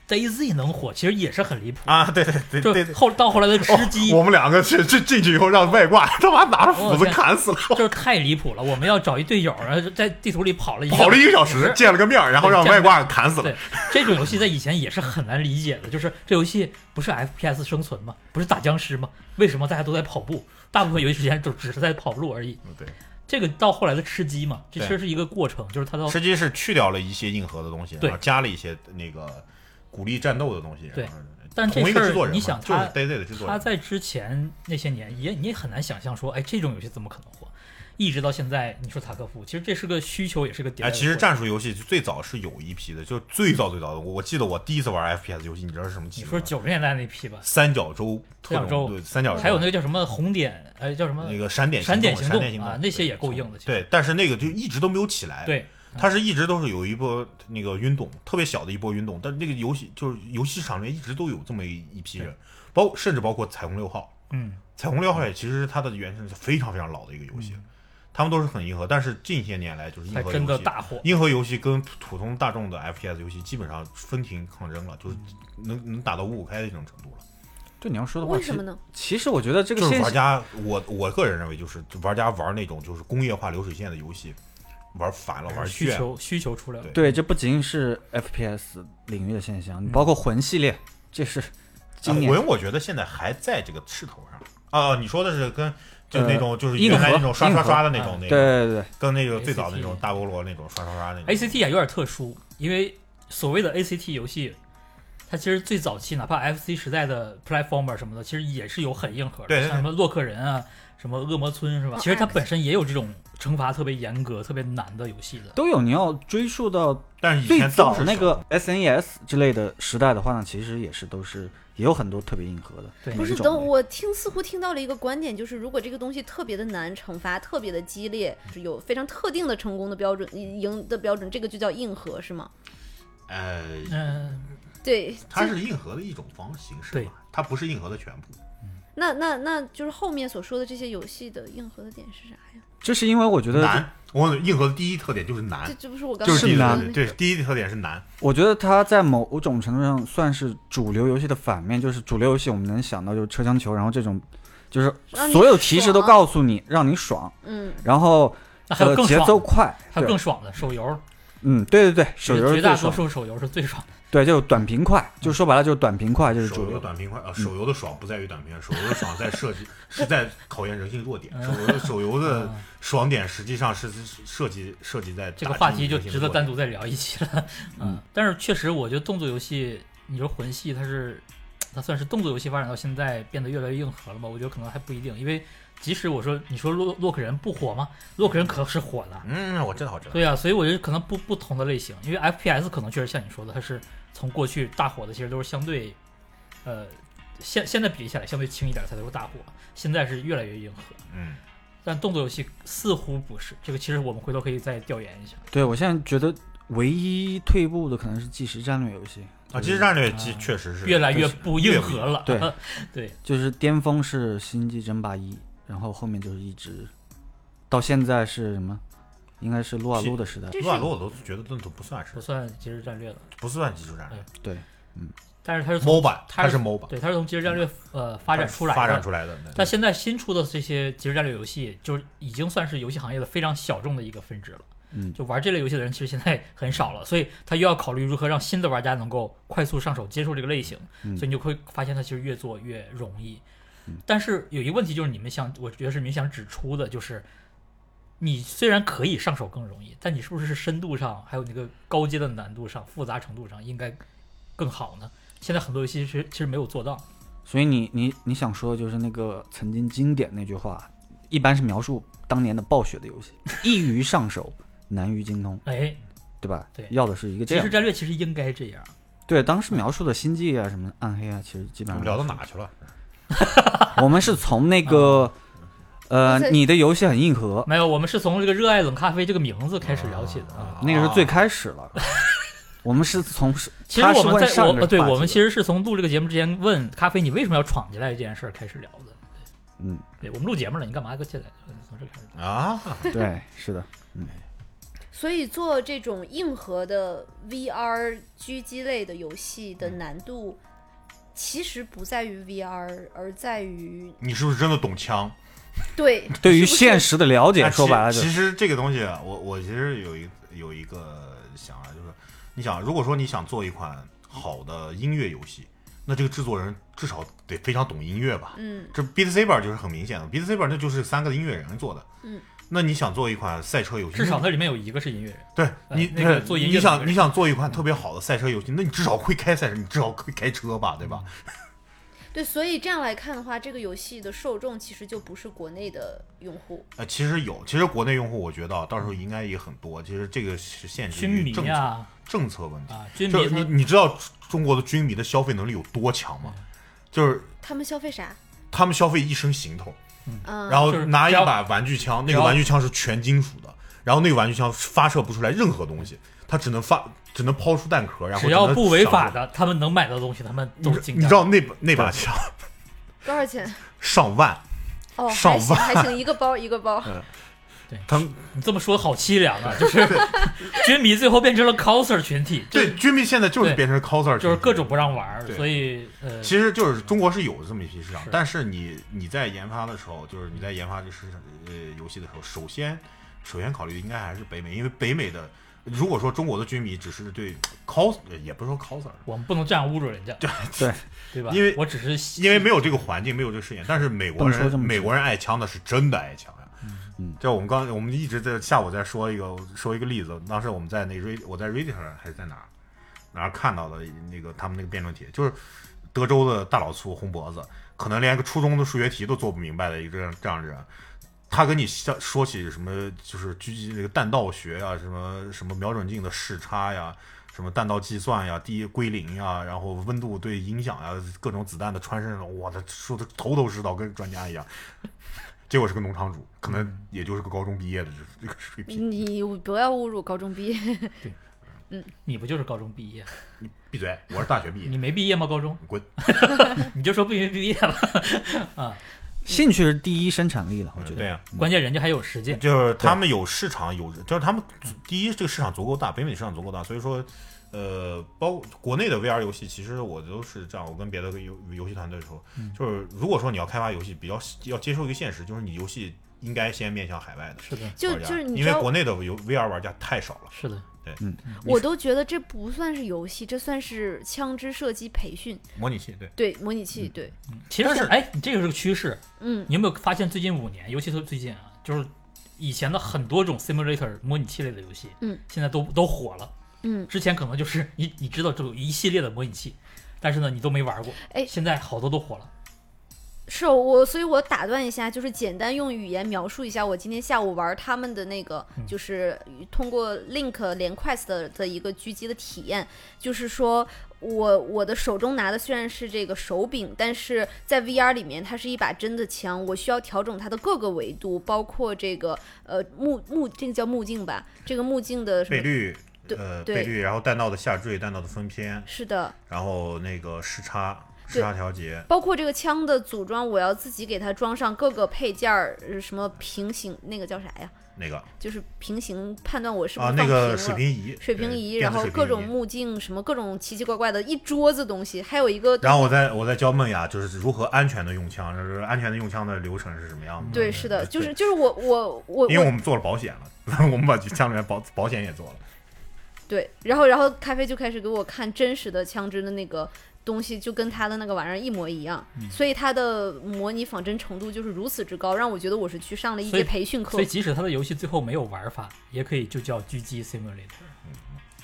，DayZ 能火，其实也是很离谱。啊，对对对对哦就对。后到后来的吃鸡，我们两个这这进去以后让外挂，他妈拿着斧子砍死了，就是太离谱了。我们要找一队友，然后就在地图里跑了一 跑了一个小小时，见了个面儿，然后让外挂砍死了对。，这种游戏在以前也是很难理解的，就是这游戏不是 FPS 生存吗？不是打僵尸吗？为什么大家都在跑步？大部分游戏时间就只是在跑路而已。嗯对，这个到后来的吃鸡嘛，这其实对是一个过程，就是它到吃鸡是去掉了一些硬核的东西，哦对然后加了一些那个鼓励战斗的东西。对然后，但这同一事个儿制作人嘛，你想就他是 DayZ 的制作它人，在之前那些年也你也很难想象说，哎，这种游戏怎么可能火？一直到现在，你说塔科夫，其实这是个需求，也是个迭代哎，的其实过程战术游戏最早是有一批的，就最早最早的，我我记得我第一次玩 FPS 游戏，你知道是什么技你术说吗？九十年代那批吧，三角洲特三角洲种，对三角洲，还有那个叫什么红点，哎，叫什么那个闪电闪电电行闪电行啊，那些也够硬的。其实对，但是那个就一直都没有起来。对，它是一直都是有一波那个运动，特别小的一波运动，但是那个游戏就是游戏市场里面一直都有这么一一批人，包甚至包括彩虹六号，嗯，彩虹六号也其实它的原声是非常非常老的一个游戏，他们都是很硬核，但是近些年来就是硬才核真游的戏，大火。硬核游戏跟普通大众的 FPS 游戏基本上分庭抗争了，就是能能打到五五开的这种程度了。就你要说的话，为其什么实呢？其实我觉得这个就是现玩家，我我个人认为就是玩家玩那种就是工业化流水线的游戏，玩烦了，玩需倦了。求需求出来了对，对，这不仅仅是 FPS 领域的现象，你包括魂系列，这是今年啊魂我觉得现在还在这个势头上啊。你说的是跟就呃那种就是硬原来核那种刷刷硬核啊刷的那种那对种，对对对，跟那个最早的那种 ACT 大菠萝那种刷刷刷那种。 ACT 啊有点特殊，因为所谓的 ACT 游戏，它其实最早期哪怕 FC 时代的 platformer 什么的，其实也是有很硬核的，对对对像什么洛克人啊，什么恶魔村是吧？哦其实它 X 本身也有这种惩罚特别严格、特别难的游戏的。都有。你要追溯到但是以最前早都是那个 SNES 之类的时代的话呢，其实也是都是也有很多特别硬核的。对每不哎一是，种等类我听似乎听到了一个观点，就是如果这个东西特别的难，惩罚特别的激烈，是有非常特定的成功的标准，赢的标准，这个就叫硬核，是吗？呃，嗯、对，它这是硬核的一种方形式对嘛，它不是硬核的全部。那那那就是后面所说的这些游戏的硬核的点是啥呀？这是因为我觉得，难，我问你硬核的第一特点就是这难，这不是我刚就才是第一说特的啊难那点，对，第一特点是难。我觉得它在某种程度上算是主流游戏的反面，就是主流游戏我们能想到就是车厢球，然后这种就是啊让你所有提示都爽告诉你让你爽，嗯，然后那还有呃更节爽的，奏快，还有对更，爽的手游，嗯，对对对，手游绝是最大多爽，数手游是最爽的。嗯对，就是短平快，就说白了就是短平快，就是主手游的流。嗯短平快，呃，手游的爽不在于 短平，手游的爽在设计，是在考验人性弱嗯点。手游的手游的嗯爽点实际上是是设计设计在这个打击话你题就人性值的得弱单点独再聊一期了。嗯，但是确实，我觉得动作游戏，你说魂系，它是它算是动作游戏发展到现在变得越来越硬核了吗？我觉得可能还不一定，因为即使我说你说洛洛克人不火吗？洛克人可是火的。嗯，我知道，我知道。对啊，所以我觉得可能不不同的类型，因为 FPS 可能确实像你说的，它是从过去大火的，其实都是相对，呃，现现在比起来相对轻一点才都是大火，现在是越来越硬核。嗯，但动作游戏似乎不是，这个其实我们回头可以再调研一下。对我现在觉得唯一退步的可能是计时战略游戏啊，其实战略其啊确实是越来越就是不越硬不核了。 对对，就是巅峰是《星际争霸一》，然后后面就是一直到现在是什么？应该是撸啊撸的时代。这是乱撸我都觉得那都不算不是，算即时战略了，不算技术战略哎对，但是它是从，MOBA 它它是是 MOBA 对它是从即时战略呃发展出来发展的。出来的。但现在新出的这些即时战略游戏，就是已经算是游戏行业的非常小众的一个分支了。嗯，就玩这类游戏的人其实现在很少了，所以他又要考虑如何让新的玩家能够快速上手接触这个类型，嗯所以你就会发现它其实越做越容易。但是有一个问题就是你们想，我觉得是你们想指出的，就是你虽然可以上手更容易，但你是不是深度上还有那个高阶的难度上、复杂程度上应该更好呢？现在很多游戏是其实没有做到，所以你你你想说的就是那个曾经经典那句话，一般是描述当年的暴雪的游戏， 易于上手，难于精通，哎，对吧？对要的是一个这即时样。战略其实应该这样。对，当时描述的星际啊什 么暗黑啊，其实基本上聊到哪去了？我们是从那个呃我在，你的游戏很硬核， 没有，我们是从这个“热爱冷咖啡”这个名字开始聊起的啊。那个是最开始了。我们是从是，其实他我们是会在上我着对话题我的们其实是从录这个节目之前问咖啡你为什么要闯进来这件事儿开始聊的。嗯，对，我们录节目了，你干嘛跟进来？从这开始聊。啊，对，是的，所以做这种硬核的 VR 狙击类的游戏的嗯难度，其实不在于 VR，而在于你是不是真的懂枪？对对于是不是现实的了解，哎说其白了就其实这个东西啊，我我其实有一有一个想法，就是你想，如果说你想做一款好的音乐游戏，那这个制作人至少得非常懂音乐吧？嗯这 Beat Saber 就是很明显的，Beat Saber 那就是三个音乐人做的。嗯，那你想做一款赛车游戏，至少那里面有一个是音乐人。对你哎那个做音乐你的那个想人你想做一款特别好的赛车游戏，那你至少会开赛车，你至少会开车吧，对嗯吧？对，所以这样来看的话，这个游戏的受众其实就不是国内的用户，呃，其实有，其实国内用户我觉得啊到时候应该也很多。其实这个是限制军于迷政策、啊政策问题。啊，军就迷是你他你知道中国的军迷的消费能力有多强吗？就是他们消费啥？他们消费一身行头，嗯，然后就是拿一只要把玩具枪，那只个要玩具枪是全金属的，然后那个玩具枪发射不出来任何东西，它只能发只能抛出弹壳，然后只要能不违闪法躲。的，他们能买到的东西，他们你都知尽你量知道那把那把枪多少钱？上万，哦，上还行还行，一个包一个包。嗯他们你这么说好凄凉 啊！就是军迷最后变成了 coser 群体，就对军迷现在就是对变成 coser，就是各种不让玩儿，对所以呃，其实就是中国是有这么一批市场是，但是你你在研发的时候，就是你在研发这市场呃游戏的时候，首先首先考虑应该还是北美，因为北美的如果说中国的军迷只是对 cos 呃也不是说 coser，我们不能这样侮辱人家，对对吧？因为我只是因为没有这个环境，没有这个视野。但是美国不能说这人么直美国人爱枪的是真的爱枪呀、嗯，就我们刚我们一直在下午在说一个说一个例子，当时我们在那 Reddit 我在 Reddit 上还是在哪儿哪儿看到的那个他们那个辩论题，就是德州的大老粗红脖子，可能连个初中的数学题都做不明白的一个这样这样的人。他跟你像说起什么，就是狙击那个弹道学啊，什么什么瞄准镜的视差呀，什么弹道计算呀、第一归零呀，然后温度对影响呀，各种子弹的穿身，哇，他说的头头是道，跟专家一样。结果是个农场主，可能也就是个高中毕业的这这个水平。你不要侮辱高中毕业，你不就是高中毕业？你闭嘴，我是大学毕业，你没毕业吗？高中你滚！你就说不没毕业了，兴趣是第一生产力了，我觉得。对呀、 关键人家还有实践，就是他们有市场，有就是他们第一这个市场足够大，北美市场足够大，所以说，呃，包括国内的 VR 游戏，其实我都是这样，我跟别的游游戏团队说，就是如果说你要开发游戏，比较要接受一个现实，就是你游戏应该先面向海外的是的，就玩家，就是你因知为道国内的游 VR 玩家太少了。是的，我都觉得这不算是游戏，这算是枪支射击培训，模拟器对，对，模拟嗯器，对，其实但是现哎，你这个是个趋势，嗯，你有没有发现最近五年，尤其是最近啊，就是以前的很多种 simulator 模拟器类的游戏，嗯，现在都都火了，嗯之前可能就是你你知道这种一系列的模拟器，但是呢你都没玩过，哎现在好多都火了，是我，所以我打断一下，就是简单用语言描述一下我今天下午玩他们的那个，嗯就是通过 Link 连 Quest 的的一个狙击的体验，就是说。我我的手中拿的虽然是这个手柄，但是在 VR 里面它是一把真的枪，我需要调整它的各个维度，包括这个呃目目这个叫目镜吧，这个目镜的什倍么？率对呃对倍率，然后弹道的下坠、弹道的分偏，是的，然后那个时差时对差调节，包括这个枪的组装，我要自己给它装上各个配件儿，呃什么平行那个叫啥呀？那个就是平行判断我是不啊是放那平了。个水平仪，水平对仪，电然子后水各平种仪目镜，什么各种奇奇怪怪的一桌子东西，还有一个然后我再我再教梦雅，就是如何安全的用枪，就是安全的用枪的流程是什么样的。对，是的，就是就是我我我因为我我们做了保险了， 我们把枪里面保保险也做了。对，然后然后咖啡就开始给我看真实的枪支的那个东西，就跟他的那个玩意儿一模一样，嗯所以他的模拟仿真程度就是如此之高，让我觉得我是去上了一所以节培训课所以。即使它的游戏最后没有玩法，也可以就叫狙击 simulator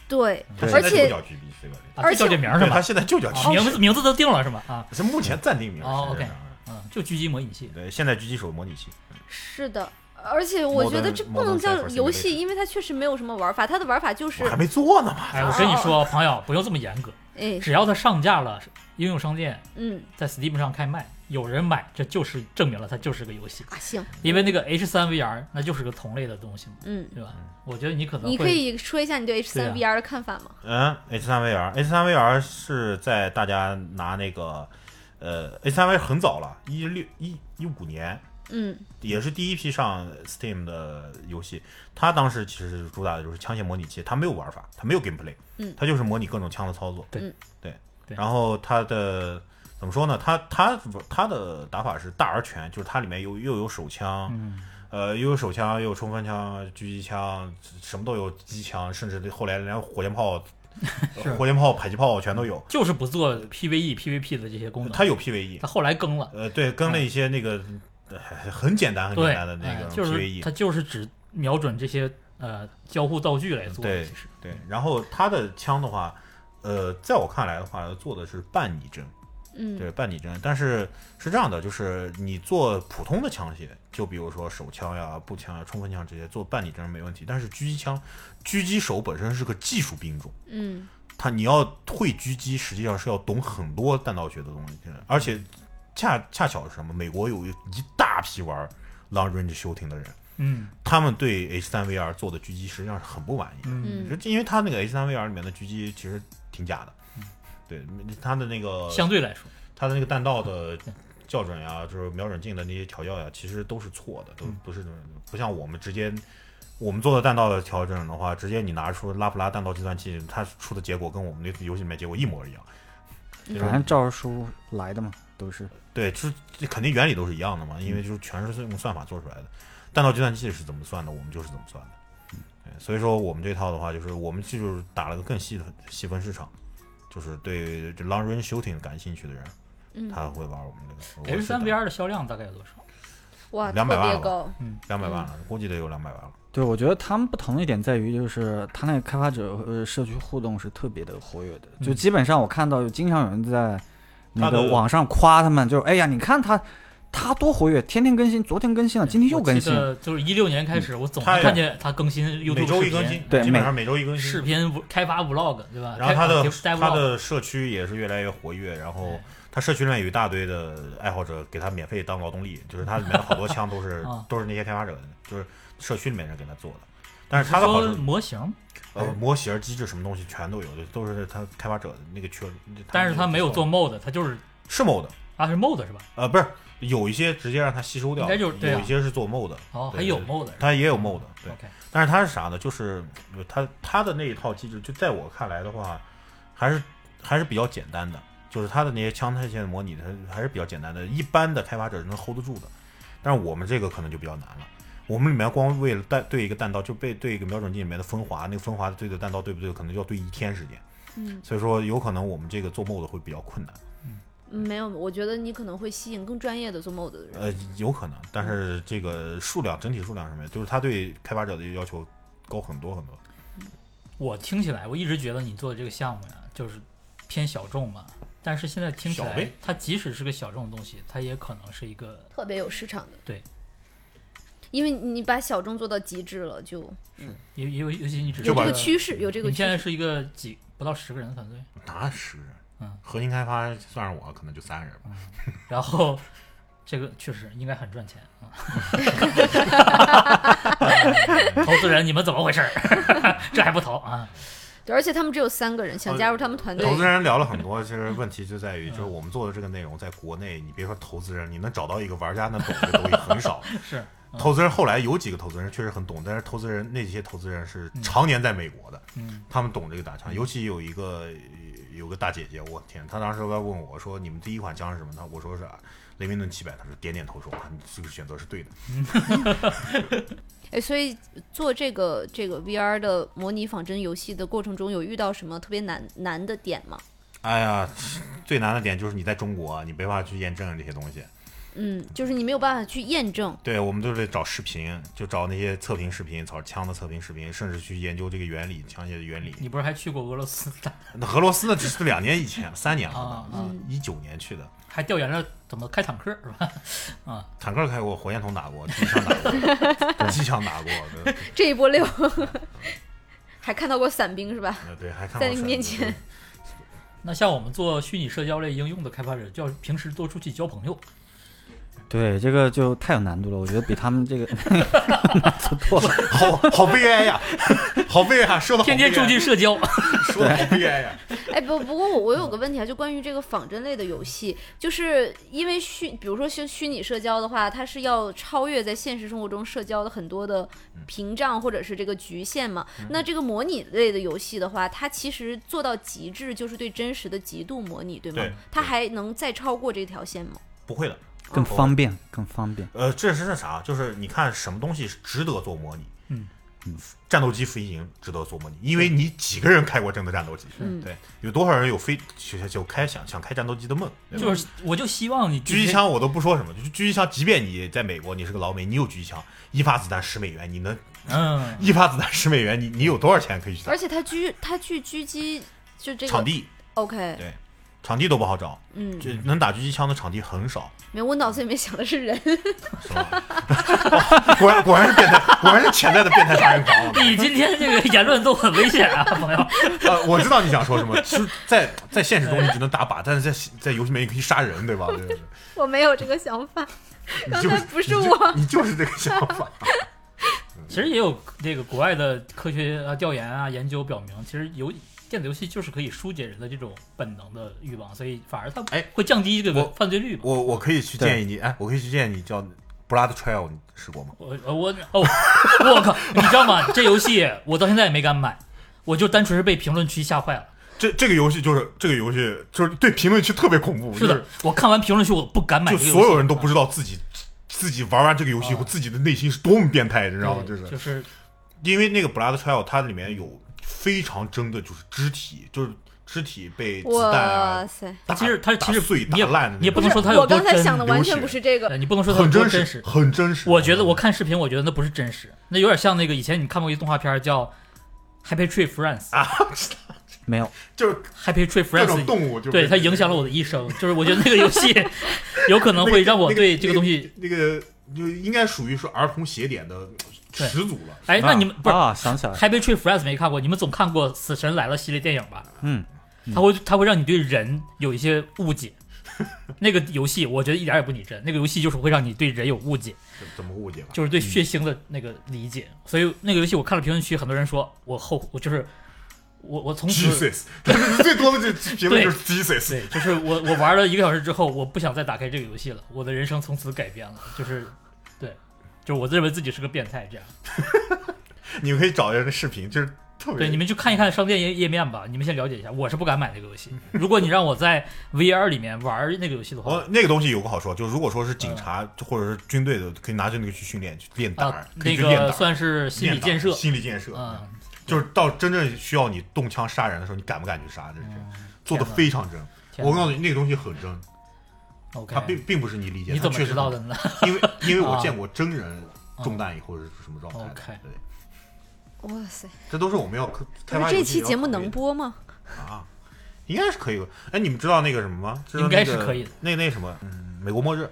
对，它而现在就且叫 GB 这个啊，而就叫且这名儿是对，吧它？现在就叫啊名 GB，字名字都定了是吧？啊，是目前暂定名。哦是这 OK 样的嗯，就狙击模拟器，对，现在狙击手模拟器，是的。而且我觉得 Modern- 这不能叫 Modern Warfare 游戏， Simulation 因为它确实没有什么玩法，它的玩法就是我还，没做呢嘛。哦哎，我跟你说，朋友不用这么严格，哎，只要它上架了，应用商店嗯在 Steam 上开卖，有人买，这就是证明了它就是个游嗯戏。啊行，因为那个 H 3 VR 那就是个同类的东西嘛，嗯，对吧？我觉得你可能你可会以说一下你对 H 对三啊 VR 的看法吗？嗯，H 3 VR，H 3 VR 是在大家拿那个，呃，H 3 VR 很早了，一六一一五年，嗯也是第一批上 Steam 的游戏。它当时其实主打的就是枪械模拟器，它没有玩法，它没有 gameplay，嗯它就是模拟各种枪的操作。对嗯对对然后它的怎么说呢？它它它的打法是大而全，就是它里面有又有手枪，嗯呃，又有手枪，又有冲锋枪、狙击枪，什么都有，机枪，甚至后来连火箭 炮呃是、火箭炮、迫击炮全都有。就是不做 E PVE、PVP 的这些功能。它有 PVE，它后来更了，呃，对，跟了一些那个、呃很简单、很嗯对，简单的那个 E 哎 PVE，、就是它就是只瞄准这些呃交互道具来做的，对其实对，然后它的枪的话，呃，在我看来的话，做的是半拟真，嗯对，半拟真。但是是这样的，就是你做普通的枪械，就比如说手枪呀、步枪呀、冲锋枪这些，做半拟真没问题。但是狙击枪，狙击手本身是个技术兵种，嗯它你要会狙击，实际上是要懂很多弹道学的东西，而且恰恰巧是什么？美国有一大批玩 long range shooting 的人，嗯他们对 H 3 VR 做的狙击实际上是很不满意的。嗯，嗯就因为它那个 H 3 VR 里面的狙击其实挺假的，嗯对它的那个相对来说，它的那个弹道嗯的校准呀、就是瞄准镜的那些调教呀、其实都是错的，都嗯不是那种不像我们直接我们做的弹道的调整的话，直接你拿出拉普拉弹道计算器，它出的结果跟我们那游戏里面结果一模一样。嗯就是反正照着书来的嘛，都是。对，就是这肯定原理都是一样的嘛，因为就是全是用算法做出来的。弹道计算器是怎么算的，我们就是怎么算的。对所以说我们这套的话，就是我们就是打了个更细的细分市场，就是对这 long range shooting 感兴趣的人，嗯，他会玩我们这个。 H 3 VR 的销量大概有多少？哇，特200万别了吧高，两百万了，估计得有两百万了。对，我觉得他们不同的一点在于，就是他那个开发者和呃社区互动是特别的活跃的，就嗯基本上我看到有经常有人在那他的个网上夸他们，就是哎呀，你看他他多活跃，天天更新，昨天更新了，今天又更新，我记得就是一六年开始，我总嗯它能有看见它更新 YouTube 每周视一频更新，对基本上每周一更视新。频 v- 开发 vlog 对吧？然后他的啊开发 dev- 他 vlog 的社区也是越来越活跃，然后他社区里面有一大堆的爱好者给他免费当劳动力，就是他里面的好多枪都是 啊都是那些开发者的，就是社区里面人给他做的。但是他的好说处，模型，呃，模型、机制什么东西全都有，就都是他开发者的那个圈。但是他它们没有做 mod，它就是是 mod，啊是 mod 是吧？呃，不是有一些直接让他吸收掉，应该就是对啊有一些是做 mod，哦，对还有对 mod 他也有 mod，对。 OK，但是它是啥呢？就是呃它它的那一套机制，就在我看来的话，还是还是比较简单的，就是它的那些枪态线模拟的还是比较简单的，一般的开发者是能 hold 得住的。但是我们这个可能就比较难了。我们里面光为了弹对一个弹道，就被对一个瞄准镜里面的分华，那个分华对的弹道对不对，可能就要对一天时间。嗯，所以说，有可能我们这个做 mod 会比较困难，没有，我觉得你可能会吸引更专业的做 mod 的人，呃，有可能，但是这个数量整体数量上面，就是它对开发者的要求高很多很多。我听起来我一直觉得你做的这个项目呀，就是偏小众嘛。但是现在听起小来呗，它即使是个小众的东西，它也可能是一个特别有市场的。对，因为你把小众做到极致了，就也也有尤其你只是有把这个趋势，有这个嗯你趋现在势。是一个几不到十个人的团队，哪十人？嗯，核心开发算上我，可能就三人吧。然后这个确实应该很赚钱啊。 投资人，你们怎么回事儿？ 这还不投啊？对，而且他们只有三个人，呃想加入他们团队投，资人聊了很多，其实问题就 在于，就是嗯我们做的这个内容，在国内，你别说投资人，你能找到一个玩家能懂的东西很少。是， 嗯 投资人后来有几个投资人确实很懂，但是投资人那些投资人是常年在美国的，嗯他们懂这个打枪。尤其有一个有个大姐姐，我天，她当时来问我说：“你们第一款枪是什么？”她我说是啊雷明顿七百，她说点点头说：“啊，你这个选择是对的。哎，所以做这个这个 VR 的模拟仿真游戏的过程中，有遇到什么特别难难的点吗？”哎呀，最难的点就是你在中国，啊你没办法去验证这些东西。嗯，就是你没有办法去验证，对，我们都得找视频，就找那些测评视频，找枪的测评视频，甚至去研究这个原理，枪械的原理。你不是还去过俄罗斯打那俄罗斯呢，只是两年以前，三年啊了吧，啊？一九年去的，还调研了怎么开坦克是吧？ 啊，坦克开过，火箭筒打过，机枪打过，机枪打过，对这一波 六，还看到过伞兵是吧？呃对，还看过在你闪面电前那像我们做虚拟社交类应用的开发者，就要平时多出去交朋友。对，这个就太有难度了，我觉得比他们这 个难度多了。好好悲哀呀， 好悲哀啊，说的天天出去社交，说的好悲哀呀，哎，不不过我我有个问题啊，就关于这个仿真类的游戏，就是因为虚，比如说虚虚拟社交的话，它是要超越在现实生活中社交的很多的屏障或者是这个局限嘛。那这个模拟类的游戏的话，它其实做到极致就是对真实的极度模拟，对吗？对它还能再超过这条线吗？不会的。更方便，更方便。呃，这是那啥，就是你看什么东西是值得做模拟？嗯嗯，战斗机飞行值得做模拟，因为你几个人开过真的战斗机？嗯对，有多少人有飞就就开想想开战斗机的梦？对吧就是我就希望你狙击，枪我都不说什么，就是狙击枪，即便你在美国，你是个老美，你有狙击枪，一发子弹十美元，你能嗯，一发子弹十美元，你你有多少钱可以去打而？且它狙它去狙击就这个场地 OK，对，场地都不好找，嗯，就能打狙击枪的场地很少，没有，我脑子里面想的是人， 是吧？ 果然果然是变态，果然是潜在的变态杀人狂。啊你今天这个言论都很危险啊， 朋友。 呃，我知道你想说什么，就是在在现实中你只能打靶，但是在在游戏里面你可以杀人，对吧？对对对我没有这个想法。你刚就才不是我你就，你就是这个想 法。其实也有这个国外的科学啊调研啊研究表明，其实游电子游戏就是可以疏解人的这种本能的欲望，所以反而它哎会降低这个我犯罪率嘛。我我可以去建议你，哎，我可以去建议你叫 Blood Trail，你试过吗？我我我哦，我靠！你知道吗？这游戏我到现在也没敢买，我就单纯是被评论区吓坏了。这这个游戏就是这个游戏就是对评论区特别恐怖，是的，我看完评论区我不敢买就这个是，就游戏。所有人都不知道自己自己玩完这个游戏以后，啊自己的内心是多么变态，你知对道吗？就是就是因为那个《Blood Trail》它里面有非常真的就是肢体，就是肢体被子弹哇啊塞！打其实它其实打碎你也打烂的那种，你也不不能是说它有我多刚才真想的完全流不血是这呃个，你不能说它有很多真真实，很真实。嗯我觉得我看视频，我觉得那不是真实，那有点像那个以前你看过一个动画片儿叫《Happy Tree Friends》没有，就是，Happy Tree 啊各种 Friends 动物就对被它影响了我的一生，就是我觉得那个游戏 有可能会让我对这个东西。那个就应该属于是儿童写点的对始祖了。哎，那你们不是《啊？想起来了， Happy Tree Friends》没看过？你们总看过《死神来了》系列电影吧？嗯，它会它会让你对人有一些 误解。那个游戏我觉得一点儿也不拟真，那个游戏就是会让你对人有误解，怎怎么误解吧？就是嗯对血腥的那个理解。所以那个游戏我看了评论区，很多人说我后我就是我我从此 Jesus，最多的这评论就是 Jesus。 对，就是我我玩了一个小时之后，我不想再打开这个游戏了，我的人生从此改变了，就是，对，就是我认为自己是个变态这样。你们可以找一下那视频，就是特别对，你们去看一看商店页页面吧，你们先了解一下。我是不敢买那个游戏，嗯如果你让我在 VR 里面玩那个游戏的话哦，，那个东西有个好处，就如果说是警察或者是军队的，可以拿着那个去训练，去练胆嗯啊儿，，可以那去练个胆儿，算是心理练胆儿建设，心理建设。嗯，就是到真正需要你动枪杀人的时候，你敢不敢去杀？这是这样做的嗯天哪非常真。天哪我告诉你，那个东西很真，它并 OK，并不是你理解。你怎么它确实知道很的呢？因为因为我啊见过真人中弹以后是什么状态的 OK。对，哇塞！这都是我们要开开不发是游这戏期要节目考虑能的播吗？啊？应该是可以吧？哎，你们知道那个什么吗？知道应该那个是可以的。那那什么，嗯，美国末日，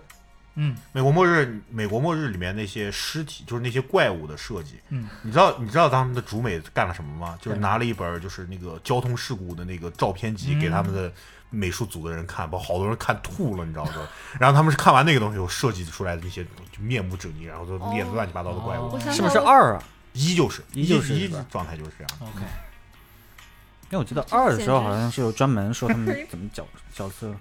嗯，美国末日，美国末日里面那些尸体，就是那些怪物的设计。嗯，你知道你知道他们的主美干了什么吗？就是对拿了一本就是那个交通事故的那个照片集给他们嗯的美术组的人看，把好多人看吐了，你知道吗？然后他们是看完那个东西后设计出来的那些就面目狰狞，然后哦都列乱七八糟的怪物。哦我想是起不来是我二啊？一就是一就是一是吧状态就是这样。 OK，因为我记得二的时候好像是有专门说他们怎么角角色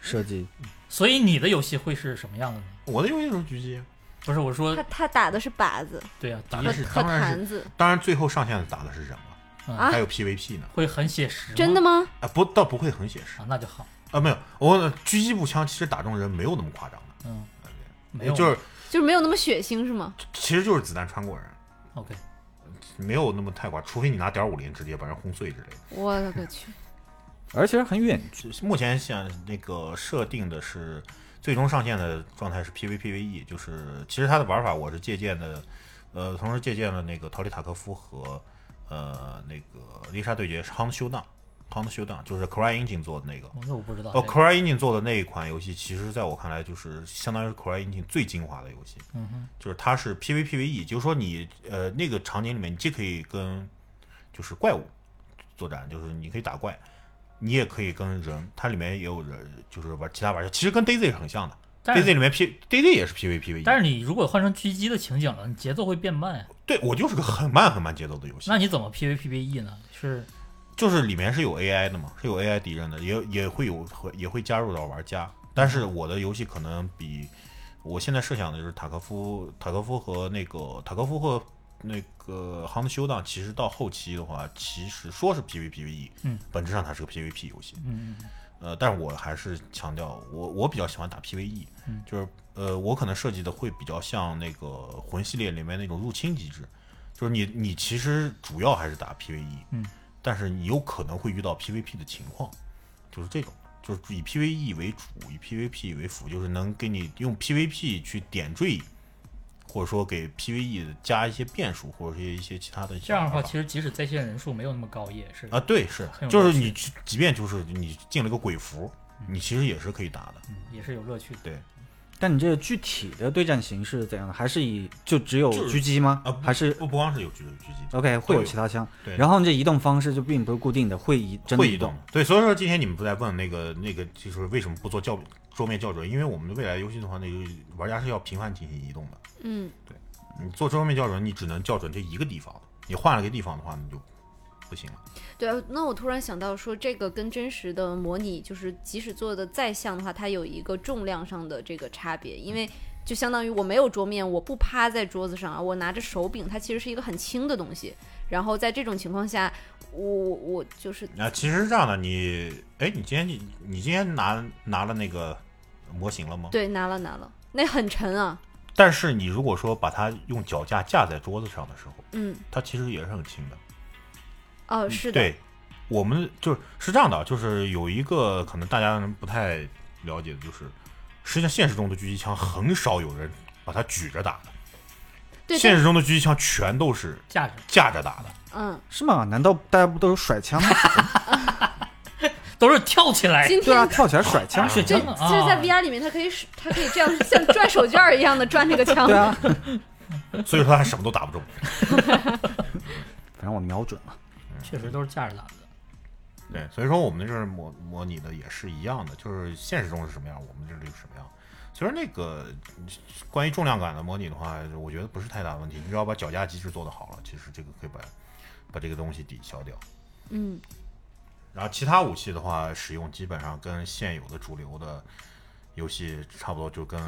设计，所以你的游戏会是什么样的呢？我的游戏就是狙击，不是我说他，他打的是靶子对啊，打的和确是的嗯是和当然是坛子当然最后上线的打的是人了，嗯啊还有 PVP 呢。会很写实吗，真的吗？啊，不，倒不会很写实啊，那就好，啊，没有，我狙击步枪其实打中人没有那么夸张的， 嗯，没呃有，就是就是没有那么血腥是吗？其实就是子弹穿过人， OK，没有那么太夸，除非你拿点五零直接把人轰碎之类的。我勒个去！而且很远距，目前像那个设定的是最终上线的状态是 PVPVE，就是 E，其实它的玩法我是借鉴的，呃，同时借鉴了那个逃离塔科夫和呃那个猎杀对决 Hunt Showdown。Hunt Showdown 就是 CryEngine 做的那个，哦那我不知道。哦，CryEngine 做的那一款游戏，其实在我看来就是相当于是 CryEngine 最精华的游戏，嗯哼，就是它是 PVPVE，就是 E，说你呃那个场景里面，你既可以跟就是怪物作战，就是你可以打怪，你也可以跟人，它里面也有人，就是玩其他玩家，其实跟 DayZ 是很像的。但 DayZ 是里面 P E DayZ 也是 PVP 为但一，是你如果换成狙击的情景了，你节奏会变慢呀。对我就是个很慢很慢节奏的游戏，那你怎么 PVPVE E 呢？是就是里面是有 AI 的嘛，是有 AI 敌人的，也也会有会也会加入到玩家，但是我的游戏可能比我现在设想的就是塔科夫、塔科夫和那个塔科夫和那个航的修档，其实到后期的话，其实说是 PVPVE，嗯，本质上它是个 PVP 游戏，嗯，呃，但是我还是强调，我我比较喜欢打 PVE，、嗯就是呃，我可能设计的会比较像那个魂系列里面那种入侵机制，就是你你其实主要还是打 PVE，嗯，但是你有可能会遇到 PVP 的情况，就是这种，就是以 PVE 为主，以 PVP 为辅，就是能给你用 PVP 去点缀，或者说给 PVE 加一些变数，或者是一些其他的这样的话，玩法其实即使在线人数没有那么高，也是啊，对，是很有，就是乐趣你去，即便就是你进了个鬼服，你其实也是可以打的。也是有乐趣的。对，但你这个具体的对战形式是怎样的？还是以就只有就是狙击吗？啊不还是呃不不光是有狙狙击的， OK 会有有其他枪？对然后你这移动方式就并不是固定的，会移真的会移移动的。对，所以说今天你们不在问那个那个，就是为什么不做校桌面校准？因为我们的未来游戏的话，那个玩家是要频繁进行移动的。嗯，你做桌面校准，你只能校准这一个地方，你换了个地方的话，你就不行了。对啊。那我突然想到说，这个跟真实的模拟，就是即使做的再像的话，它有一个重量上的这个差别，因为就相当于我没有桌面，我不趴在桌子上啊，我拿着手柄，它其实是一个很轻的东西。然后在这种情况下，我我我就是那、其实是这样的，你哎，你今天你你今天拿拿了那个模型了吗？对拿了拿了，那很沉啊，但是你如果说把它用脚架架在桌子上的时候，嗯，它其实也是很轻的。哦是嗯的，对，我们就是是这样的啊，就是有一个可能大家不太了解的，就是实际上现实中的狙击枪很少有人把它举着打的，对现但实中的狙击枪全都是价值架着打的。嗯。是吗？难道大家不都是甩 枪吗？都是跳起来，今对啊，天跳起来甩 枪啊，。血这浆啊，就是在 VR 里面，它可以使它可以这样像转手绢儿一样的转 这个枪。对啊，所以说他什么都打不中。反正我瞄准了。确实都是架着打的。对，所以说我们这是模模拟的也是一样的，就是现实中是什么样，我们这里是什么样。其实那个关于重量感的模拟的话，我觉得不是太大问题，你只要把脚架机制做得好了，其实这个可以把把这个东西抵消掉。嗯，然后其他武器的话，使用基本上跟现有的主流的游戏差不多，就跟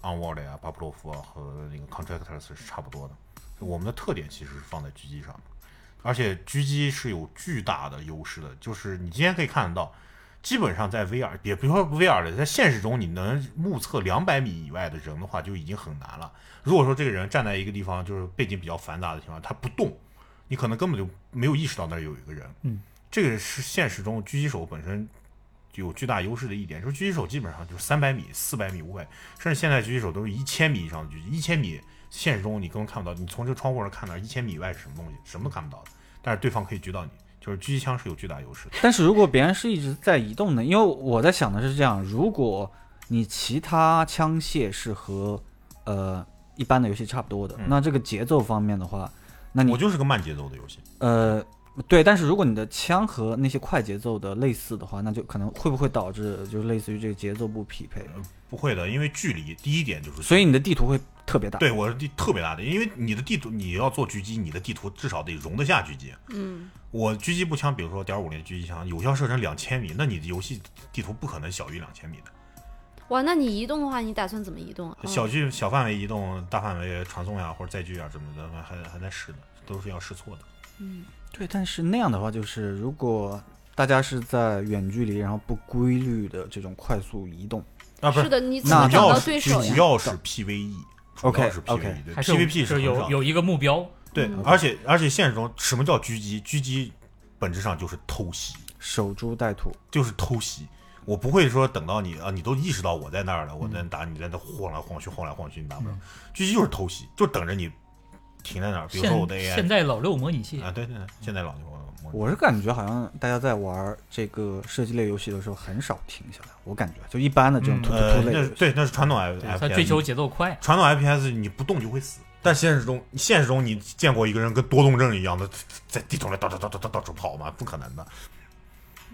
Onward 呀、巴布洛夫啊和那个 Contractors 是差不多的。我们的特点其实是放在狙击上的，而且狙击是有巨大的优势的，就是你今天可以看得到，基本上在 VR，也别说 VR 了，在现实中你能目测两百米以外的人的话，就已经很难了。如果说这个人站在一个地方，就是背景比较繁杂的情况下，他不动，你可能根本就没有意识到那儿有一个人。这个是现实中狙击手本身有巨大优势的一点，就是狙击手基本上就是三百米、四百米、五百，甚至现在狙击手都是一千米以上的狙击，一千米现实中你根本看不到，你从这个窗户上看到一千米以外是什么东西，什么都看不到的，但是对方可以狙到你，就是狙击枪是有巨大优势的。但是如果别人是一直在移动的，因为我在想的是这样：如果你其他枪械是和呃一般的游戏差不多的，嗯那这个节奏方面的话，那你我就是个慢节奏的游戏，呃对，但是如果你的枪和那些快节奏的类似的话，那就可能会不会导致就是类似于这个节奏不匹配，不会的，因为距离第一点就是距离，所以你的地图会特别大。对我是地特别大的，因为你的地图你要做狙击，你的地图至少得容得下狙击。嗯，我狙击步枪，比如说点五零狙击枪，有效射程两千米，那你的游戏地图不可能小于两千米的。哇，那你移动的话，你打算怎么移动啊？嗯哦小距小范围移动、大范围传送呀，或者载具啊什么的，还还在试呢，都是要试错的。对，但是那样的话，就是如果大家是在远距离，然后不规律的这种快速移动，啊，不是的，你怎那么主找要到是对手主呀？要是 PVE，主 OK，要是 OK PVE，对还是有 PVP 就是很有少有一个目标，对，而且而且现实中什么叫狙击？狙击本质上就是偷袭，守株待兔。就是偷袭。我不会说等到你啊，你都意识到我在那儿了，我在打你，在那晃来晃去，晃来晃去，你打不着。狙击就是偷袭，就等着你停在那儿。比如说现我的现 AI 在老六模拟器啊，对对对，现在老牛我我是感觉好像大家在玩这个射击类游戏的时候很少停下来，我感觉就一般的这种嗯突突呃突，类那的游是戏，对，那是传统 F 他 F 追求节奏快，传统 FPS 你不动就会死，但现实中，现实中你见过一个人跟多动症一样的在地图上到处到处到处到处跑吗？不可能的。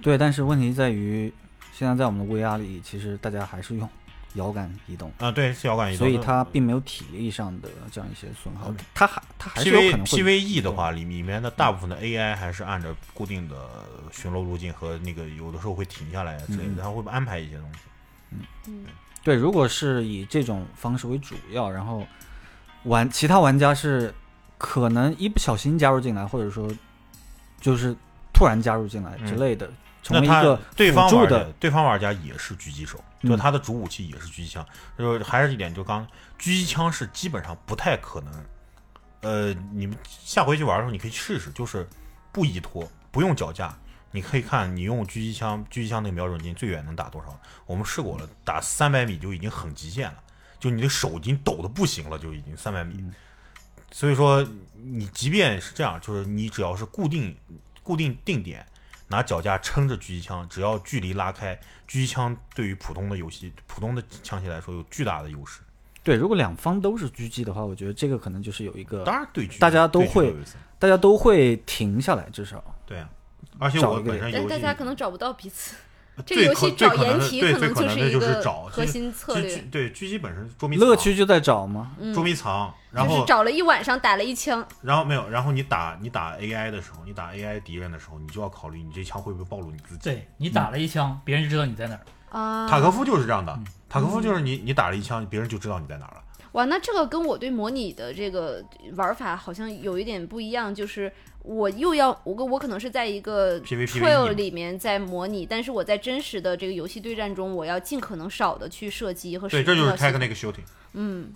对，但是问题在于，现在在我们的 VR 里，其实大家还是用摇杆移动，啊，对，是摇杆移所动的，以它并没有体力上的这样一些损耗嗯，它还它还是有可 PV 能会 PVE E 的话，里里面的大部分的 AI 还是按照固定的巡逻路径和那个有的时候会停下来之类嗯的，它会安排一些东西。嗯，对，如果是以这种方式为主要，然后玩其他玩家是可能一不小心加入进来，或者说就是突然加入进来之嗯类的，成那为一他个对方辅助玩的家，对方玩家也是狙击手，就嗯他的主武器也是狙击枪。就是还是一点，就刚狙击枪是基本上不太可能。呃，你们下回去玩的时候，你可以试试，就是不依托，不用脚架，你可以看你用狙击枪，狙击枪那个瞄准镜最远能打多少？我们试过了，打三百米就已经很极限了，就你的手已经抖的不行了，就已经三百米。嗯所以说，你即便是这样，就是你只要是固定固定定点，拿脚架撑着狙击枪，只要距离拉开，狙击枪对于普通的游戏、普通的枪械来说有巨大的优势。对，如果两方都是狙击的话，我觉得这个可能就是有一个当然对狙击，大家都对狙击会有优势大家都会停下来，至少对啊。而且找我一个本身游但戏大家可能找不到彼此。这个最游可戏最找可能掩的体对可最能可能的一就是个找核其实心策狙略狙，对狙击本身是捉迷 藏乐趣就在找嘛。嗯，捉就迷藏，然是后找了一晚上，打了一枪，然后没有，然后你打你打 AI 的时候，你打 AI 敌人的时候，你就要考虑你这枪会不会暴露你自己。对你打了一枪，别人就知道你在哪儿。啊，塔科夫就是这样嗯的，塔科夫就是你你打了一枪，别人就知道你在哪儿了。哇，那这个跟我对模拟的这个玩法好像有一点不一样，就是我又要我我可能是在一个 PVP trail 里面在模拟，但是我在真实的这个游戏对战中，我要尽可能少的去射击和使对，用这就是到系 technical shooting，嗯，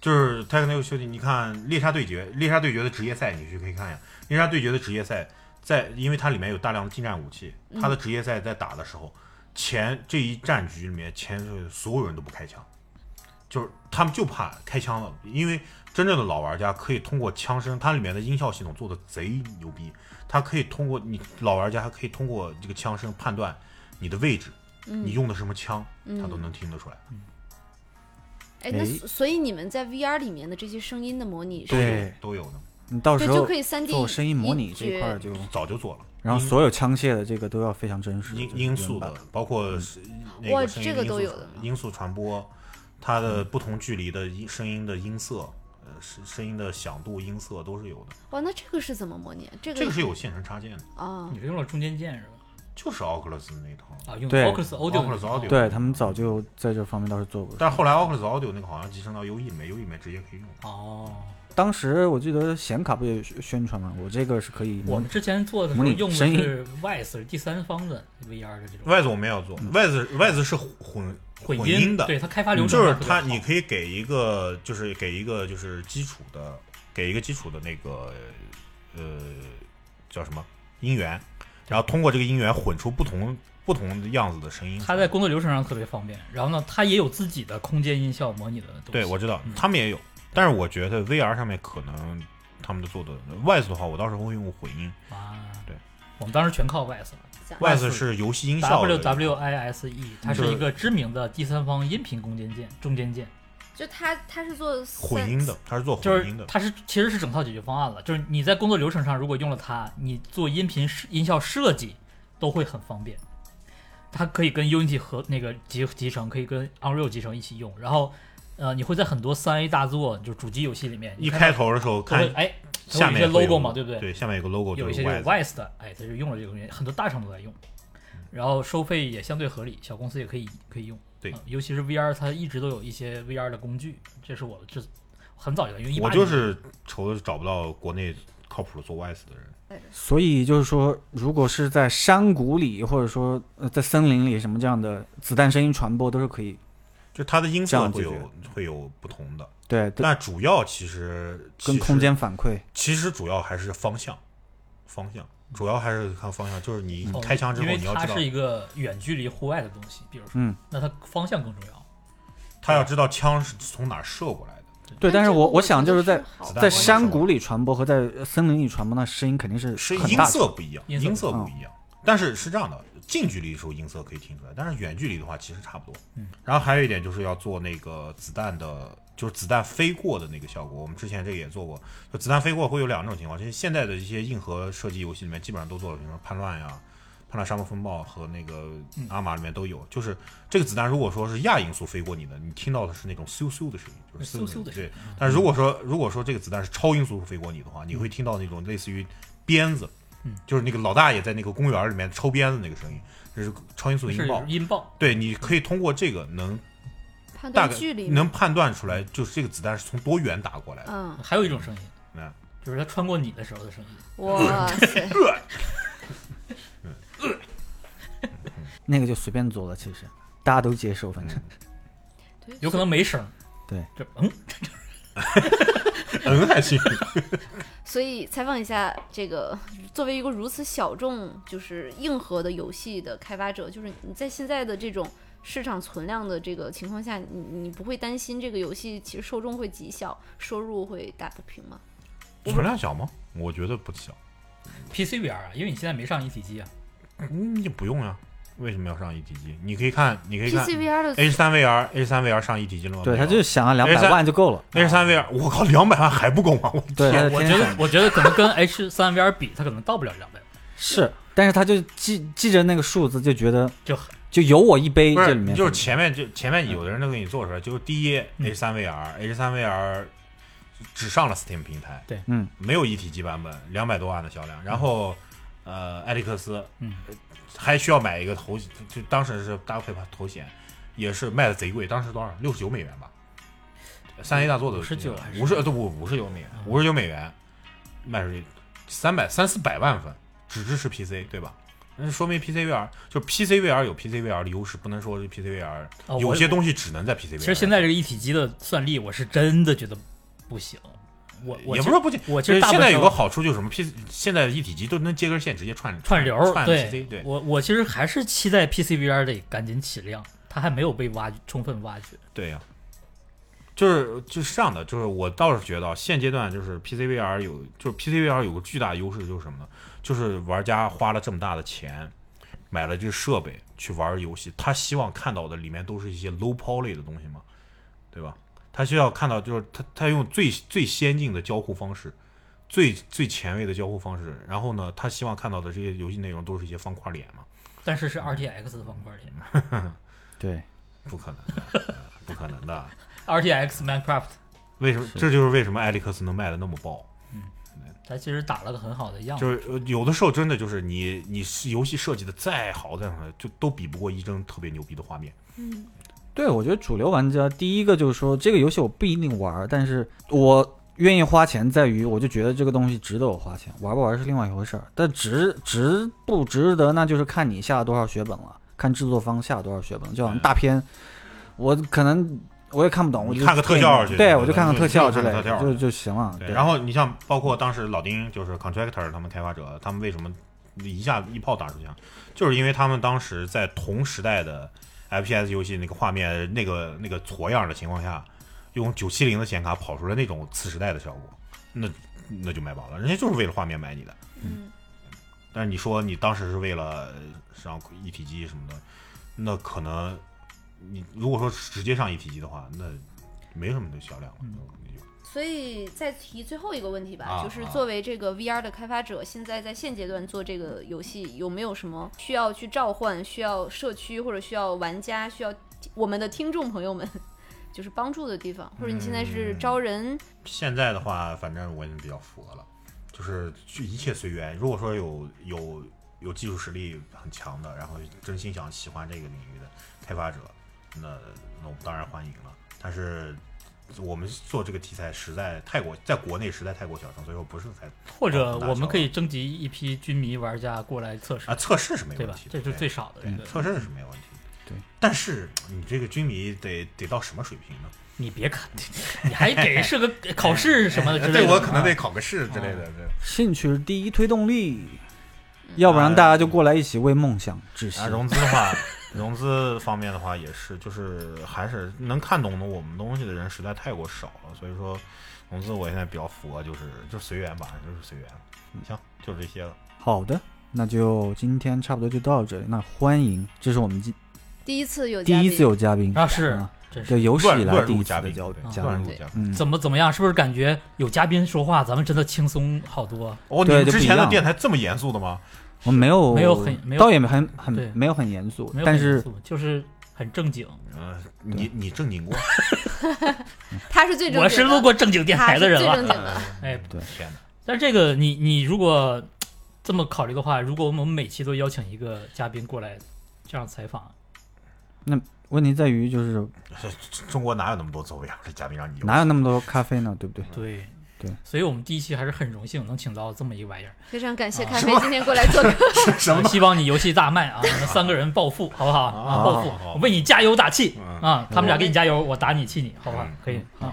就是 technical shooting。你看猎杀对决，猎杀对决的职业赛，你去可以看一下。猎杀对决的职业赛，在因为它里面有大量的近战武器，嗯它的职业赛在打的时候，前这一战局里面前所有人都不开枪，就是他们就怕开枪了，因为真正的老玩家可以通过枪声，它里面的音效系统做的贼牛逼，它可以通过你老玩家还可以通过这个枪声判断你的位置，嗯你用的什么枪，他都能听得出来。哎，那哎所所以你们在 VR 里面的这些声音的模拟是对都有呢，你到对时就候可以三 D 做声音模拟这一块儿就，早就做了。然后音所有枪械的这个都要非常真实，音就是音速原版的，包括是那哇个声这音的个音都速有传的吗音速传播，它的不同距离的音声音的音色，呃，声声音的响度、音色都是有的。哇，那这个是怎么模拟？啊这个这个是有现成插件的，啊你是用了中间键是吧？就是 Oculus 那一套。啊，用对 Focus Audio 那 Focus 个 Audio 对他们早就在这方面倒是做过。但后来 Oculus Audio 那个好像集成到 UE 里面，UE 里面直接可以用。哦，当时我记得显卡不也宣宣传嘛，我这个是可以我模们之前做的时模候拟用的声音是 Vice 第三方的 VR 的这种 Viz 我没有做，Viz 嗯 Viz 是混混混音的，对它开发流程就是特别好它，你可以给一个，就是给一个，就是基础的，给一个基础的那个，呃，叫什么音源，然后通过这个音源混出不同不同的样子的声音。它在工作流程上特别方便。然后呢，它也有自己的空间音效模拟的东西。对我知道嗯，他们也有，但是我觉得 VR 上面可能他们就做的 Vice 的话，我到时候会用混音啊，对，我们当时全靠 Vice 了。咱，Vice 是游戏音效的 W W I S E，它是就是一个知名的第三方音频中间件中间件，就他他是做三混音的，它是做就混是音的。它是其实是整套解决方案了。就是你在工作流程上如果用了它，你做音频设音效设计都会很方便。它可以跟 Unity 和那个集集成，可以跟 Unreal 集成一起用。然后，呃，你会在很多三 A 大作，就是主机游戏里面，一你开看头的时候到它看会哎，它下会有一面些会有 logo 嘛，对不对？对，下面有个 logo 有就一些是就是 Vice。 Wise 的，哎，它就用了这个东西，很多大厂都在用，嗯然后收费也相对合理，小公司也可以可以用。对啊尤其是 VR，它一直都有一些 VR 的工具，这是我这很早就在用。18我就是愁的找不到国内靠谱做 Vice 的人。所以就是说，如果是在山谷里，或者说呃在森林里什么这样的子弹声音传播都是可以。就它的音这色样会解决有会有不同的，对，对但主要其实跟空，间反馈。其实其实主要还是方向，方向主要还是看方向，就是你哦开枪之后因为你要它知道是，一个远距离户外的东西，比如说，嗯，那它方向更重要。他要知道枪是从哪儿射过来的，对，但是这个我我想就是在子弹在方向山谷里传播和在山林里传播，那声音肯定是是很音大的。色不一样，音色音色不一样。但是是这样的，近距离的时候音色可以听出来，但是远距离的话其实差不多。嗯，然后还有一点就是要做那个子弹的，就是子弹飞过的那个效果。我们之前这个也做过，就子弹飞过会有两种情况，这些现在的一些硬核射击游戏里面基本上都做了，比如说叛乱呀、 《帕拉沙漠风暴》和那个嗯《阿玛》里面都有，就是这个子弹如果说是亚音速飞过你的，你听到的是那种咻咻的声音，就是咻咻的声音对，但如果说如果说这个子弹是超音速飞过你的话，你会听到那种类似于鞭子，嗯就是那个老大爷在那个公园里面抽鞭子那个声音，这是超音速的音是爆。音爆，对，你可以通过这个能判大断概距离能判断出来，就是这个子弹是从多远打过来的。嗯，还有一种声音嗯，就是它穿过你的时候的声音。哇塞，那个就随便做了，其实大家都接受，反正对有可能没声儿。对，这嗯，嗯，还行。所以采访一下，这个作为一个如此小众，就是硬核的游戏的开发者，就是你在现在的这种市场存量的这个情况下，你你不会担心这个游戏其实受众会极小，收入会打不平吗？存量小吗？我觉得不小。 PC VR 啊，因为你现在没上一体机啊，嗯，你不用呀、为什么要上一体机？你可以看，你可以看 PC VR 的 H 三 VR H 三 VR 上一体机了吗？对他就是想要两因为百他万就够了。 H 三 VR，我靠，两百万还不够吗？我对，他就我天觉天得想我觉得可能跟 H 3 VR 比，它可能到不了两百，是，但是他就记记着那个数字，就觉得就就有我一杯不这里是，面嗯就是前面就前面有的人都给你做出来，就是第一 H 三 VR，H 三 VR 只上了 Steam 平台，对嗯，没有一体机版本，两百多万的销量。然后，呃，艾利克斯，嗯，还需要买一个头，就当时是搭配头衔，也是卖的贼贵，当时多少？六十九美元吧，三 A 大作的59还是嗯五十呃五五十九美元，五十九美元卖出去三百三四百万份，只支持 PC 对吧？那说明 PC VR 就 PC VR 有 PC VR 的优势，不能说是 PC VR 哦我有些东西只能在 PC VR。其实现在这个一体机的算力，我是真的觉得不行。我我呃其也实不是说不行，我其就实是大部现分在时有候个好处就是什么 P，现在一体机都能接根线直接串串流儿，串 PC 对。我我其实还是期待 PC VR 得赶紧起量，它还没有被挖充分挖掘。对呀、就是就是这样的，就是我倒是觉得啊现阶段就是 PCVR 有，就是 PCVR 有个巨大优势就是什么呢？就是玩家花了这么大的钱，买了这个设备去玩游戏，他希望看到的里面都是一些 low poly 的东西嘛，对吧？他需要看到就是他他用最最先进的交互方式，最最前卫的交互方式，然后呢，他希望看到的这些游戏内容都是一些方块脸嘛，但是是嗯 RTX 的方块脸对，不可能的，不可能的。 ，RTX Minecraft，为什么？这就是为什么艾利克斯能卖的那么爆，它其实打了个很好的样子。就是呃有的时候真的就是你你是游戏设计的再好再好，就都比不过一帧特别牛逼的画面。嗯，对，我觉得主流玩家第一个就是说，这个游戏我不一定玩儿，但是我愿意花钱，在于我就觉得这个东西值得我花钱，玩不玩是另外一回事儿。但值值不值得，那就是看你下了多少血本了，看制作方下了多少血本了。就好像大片，我可能我也看不懂，我就看个特效去对我就看个特效之类看个特的，效就就行了。对，然后你像包括当时老丁就是 Contractor 他们开发者，他们为什么一下一炮打出去啊，就是因为他们当时在同时代的 FPS 游戏那个画面那个那个挫样的情况下，用九七零的显卡跑出来那种次时代的效果，那那就卖爆了，人家就是为了画面买你的。嗯，但是你说你当时是为了上一体机什么的，那可能你如果说直接上一体机的话，那没什么的销量了。嗯那就所以再提最后一个问题吧，啊就是啊作为这个 VR 的开发者，现在在现阶段做这个游戏，有没有什么需要去召唤、需要社区或者需要玩家、需要我们的听众朋友们，就是帮助的地方？或者你现在嗯是招人？现在的话，反正我已经比较佛了，就是就一切随缘。如果说有有有技术实力很强的，然后真心想喜欢这个领域的开发者，那那我们当然欢迎了。但是我们做这个题材实在太过，在国内实在太过小众，所以说不是太或哦者我们可以征集一批军迷玩家过来测试啊，，测试是没对问吧题？的，这是对嗯最少的一个。测试是没有问题的。对，但是你这个军迷得得到什么水平呢？你别看， 你还给是 个考试什呃么的之类的。哎啊对我可能得考个试之类哦的。对兴趣是第一推动力，嗯要不然大家就过来一起为梦想窒息啊，。融资的话， 融资方面的话也是，就是还是能看懂的我们东西的人实在太过少了，所以说融资我现在比较佛，就是就随缘吧，就是随缘。行，就这些了。好的，那就今天差不多就到这里。那欢迎，这是我们今第一次有嘉第宾一次有嘉宾啊是啊真是这有史乱以来乱第入一次嘉的宾，嘉对嘉乱宾。入对嘉宾。嗯，怎么怎么样？是不是感觉有嘉宾说话，咱们真的轻松好多？哦，你对们就之不一前的样电台这么严肃的吗？我嗯没有没有很没有倒也很很对没有很严肃没，有但很严是肃就是很正经。嗯，你你正经过？他是最正经的，我是录过正经电台的人他是最正了，经的。哎，天哪！但是这个你你如果这么考虑的话，如果我们每期都邀请一个嘉宾过来这样采访，问题在于就是中国哪有那么多座位啊？这嘉宾让你有哪有那么多咖啡呢，对不对？对对，所以我们第一期还是很荣幸能请到这么一个玩意儿，非常感谢啊咖啡今天过来 做客，什么呃？希望你游戏大卖啊，你们三个人暴富好不好？啊，啊暴富好好，好我为你加油打气嗯啊！他们俩给你加油，我打你气你，好不好嗯？可以啊，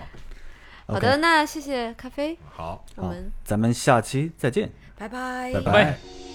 好的，那谢谢咖啡，好。我们咱们下期再见，拜拜，拜拜拜。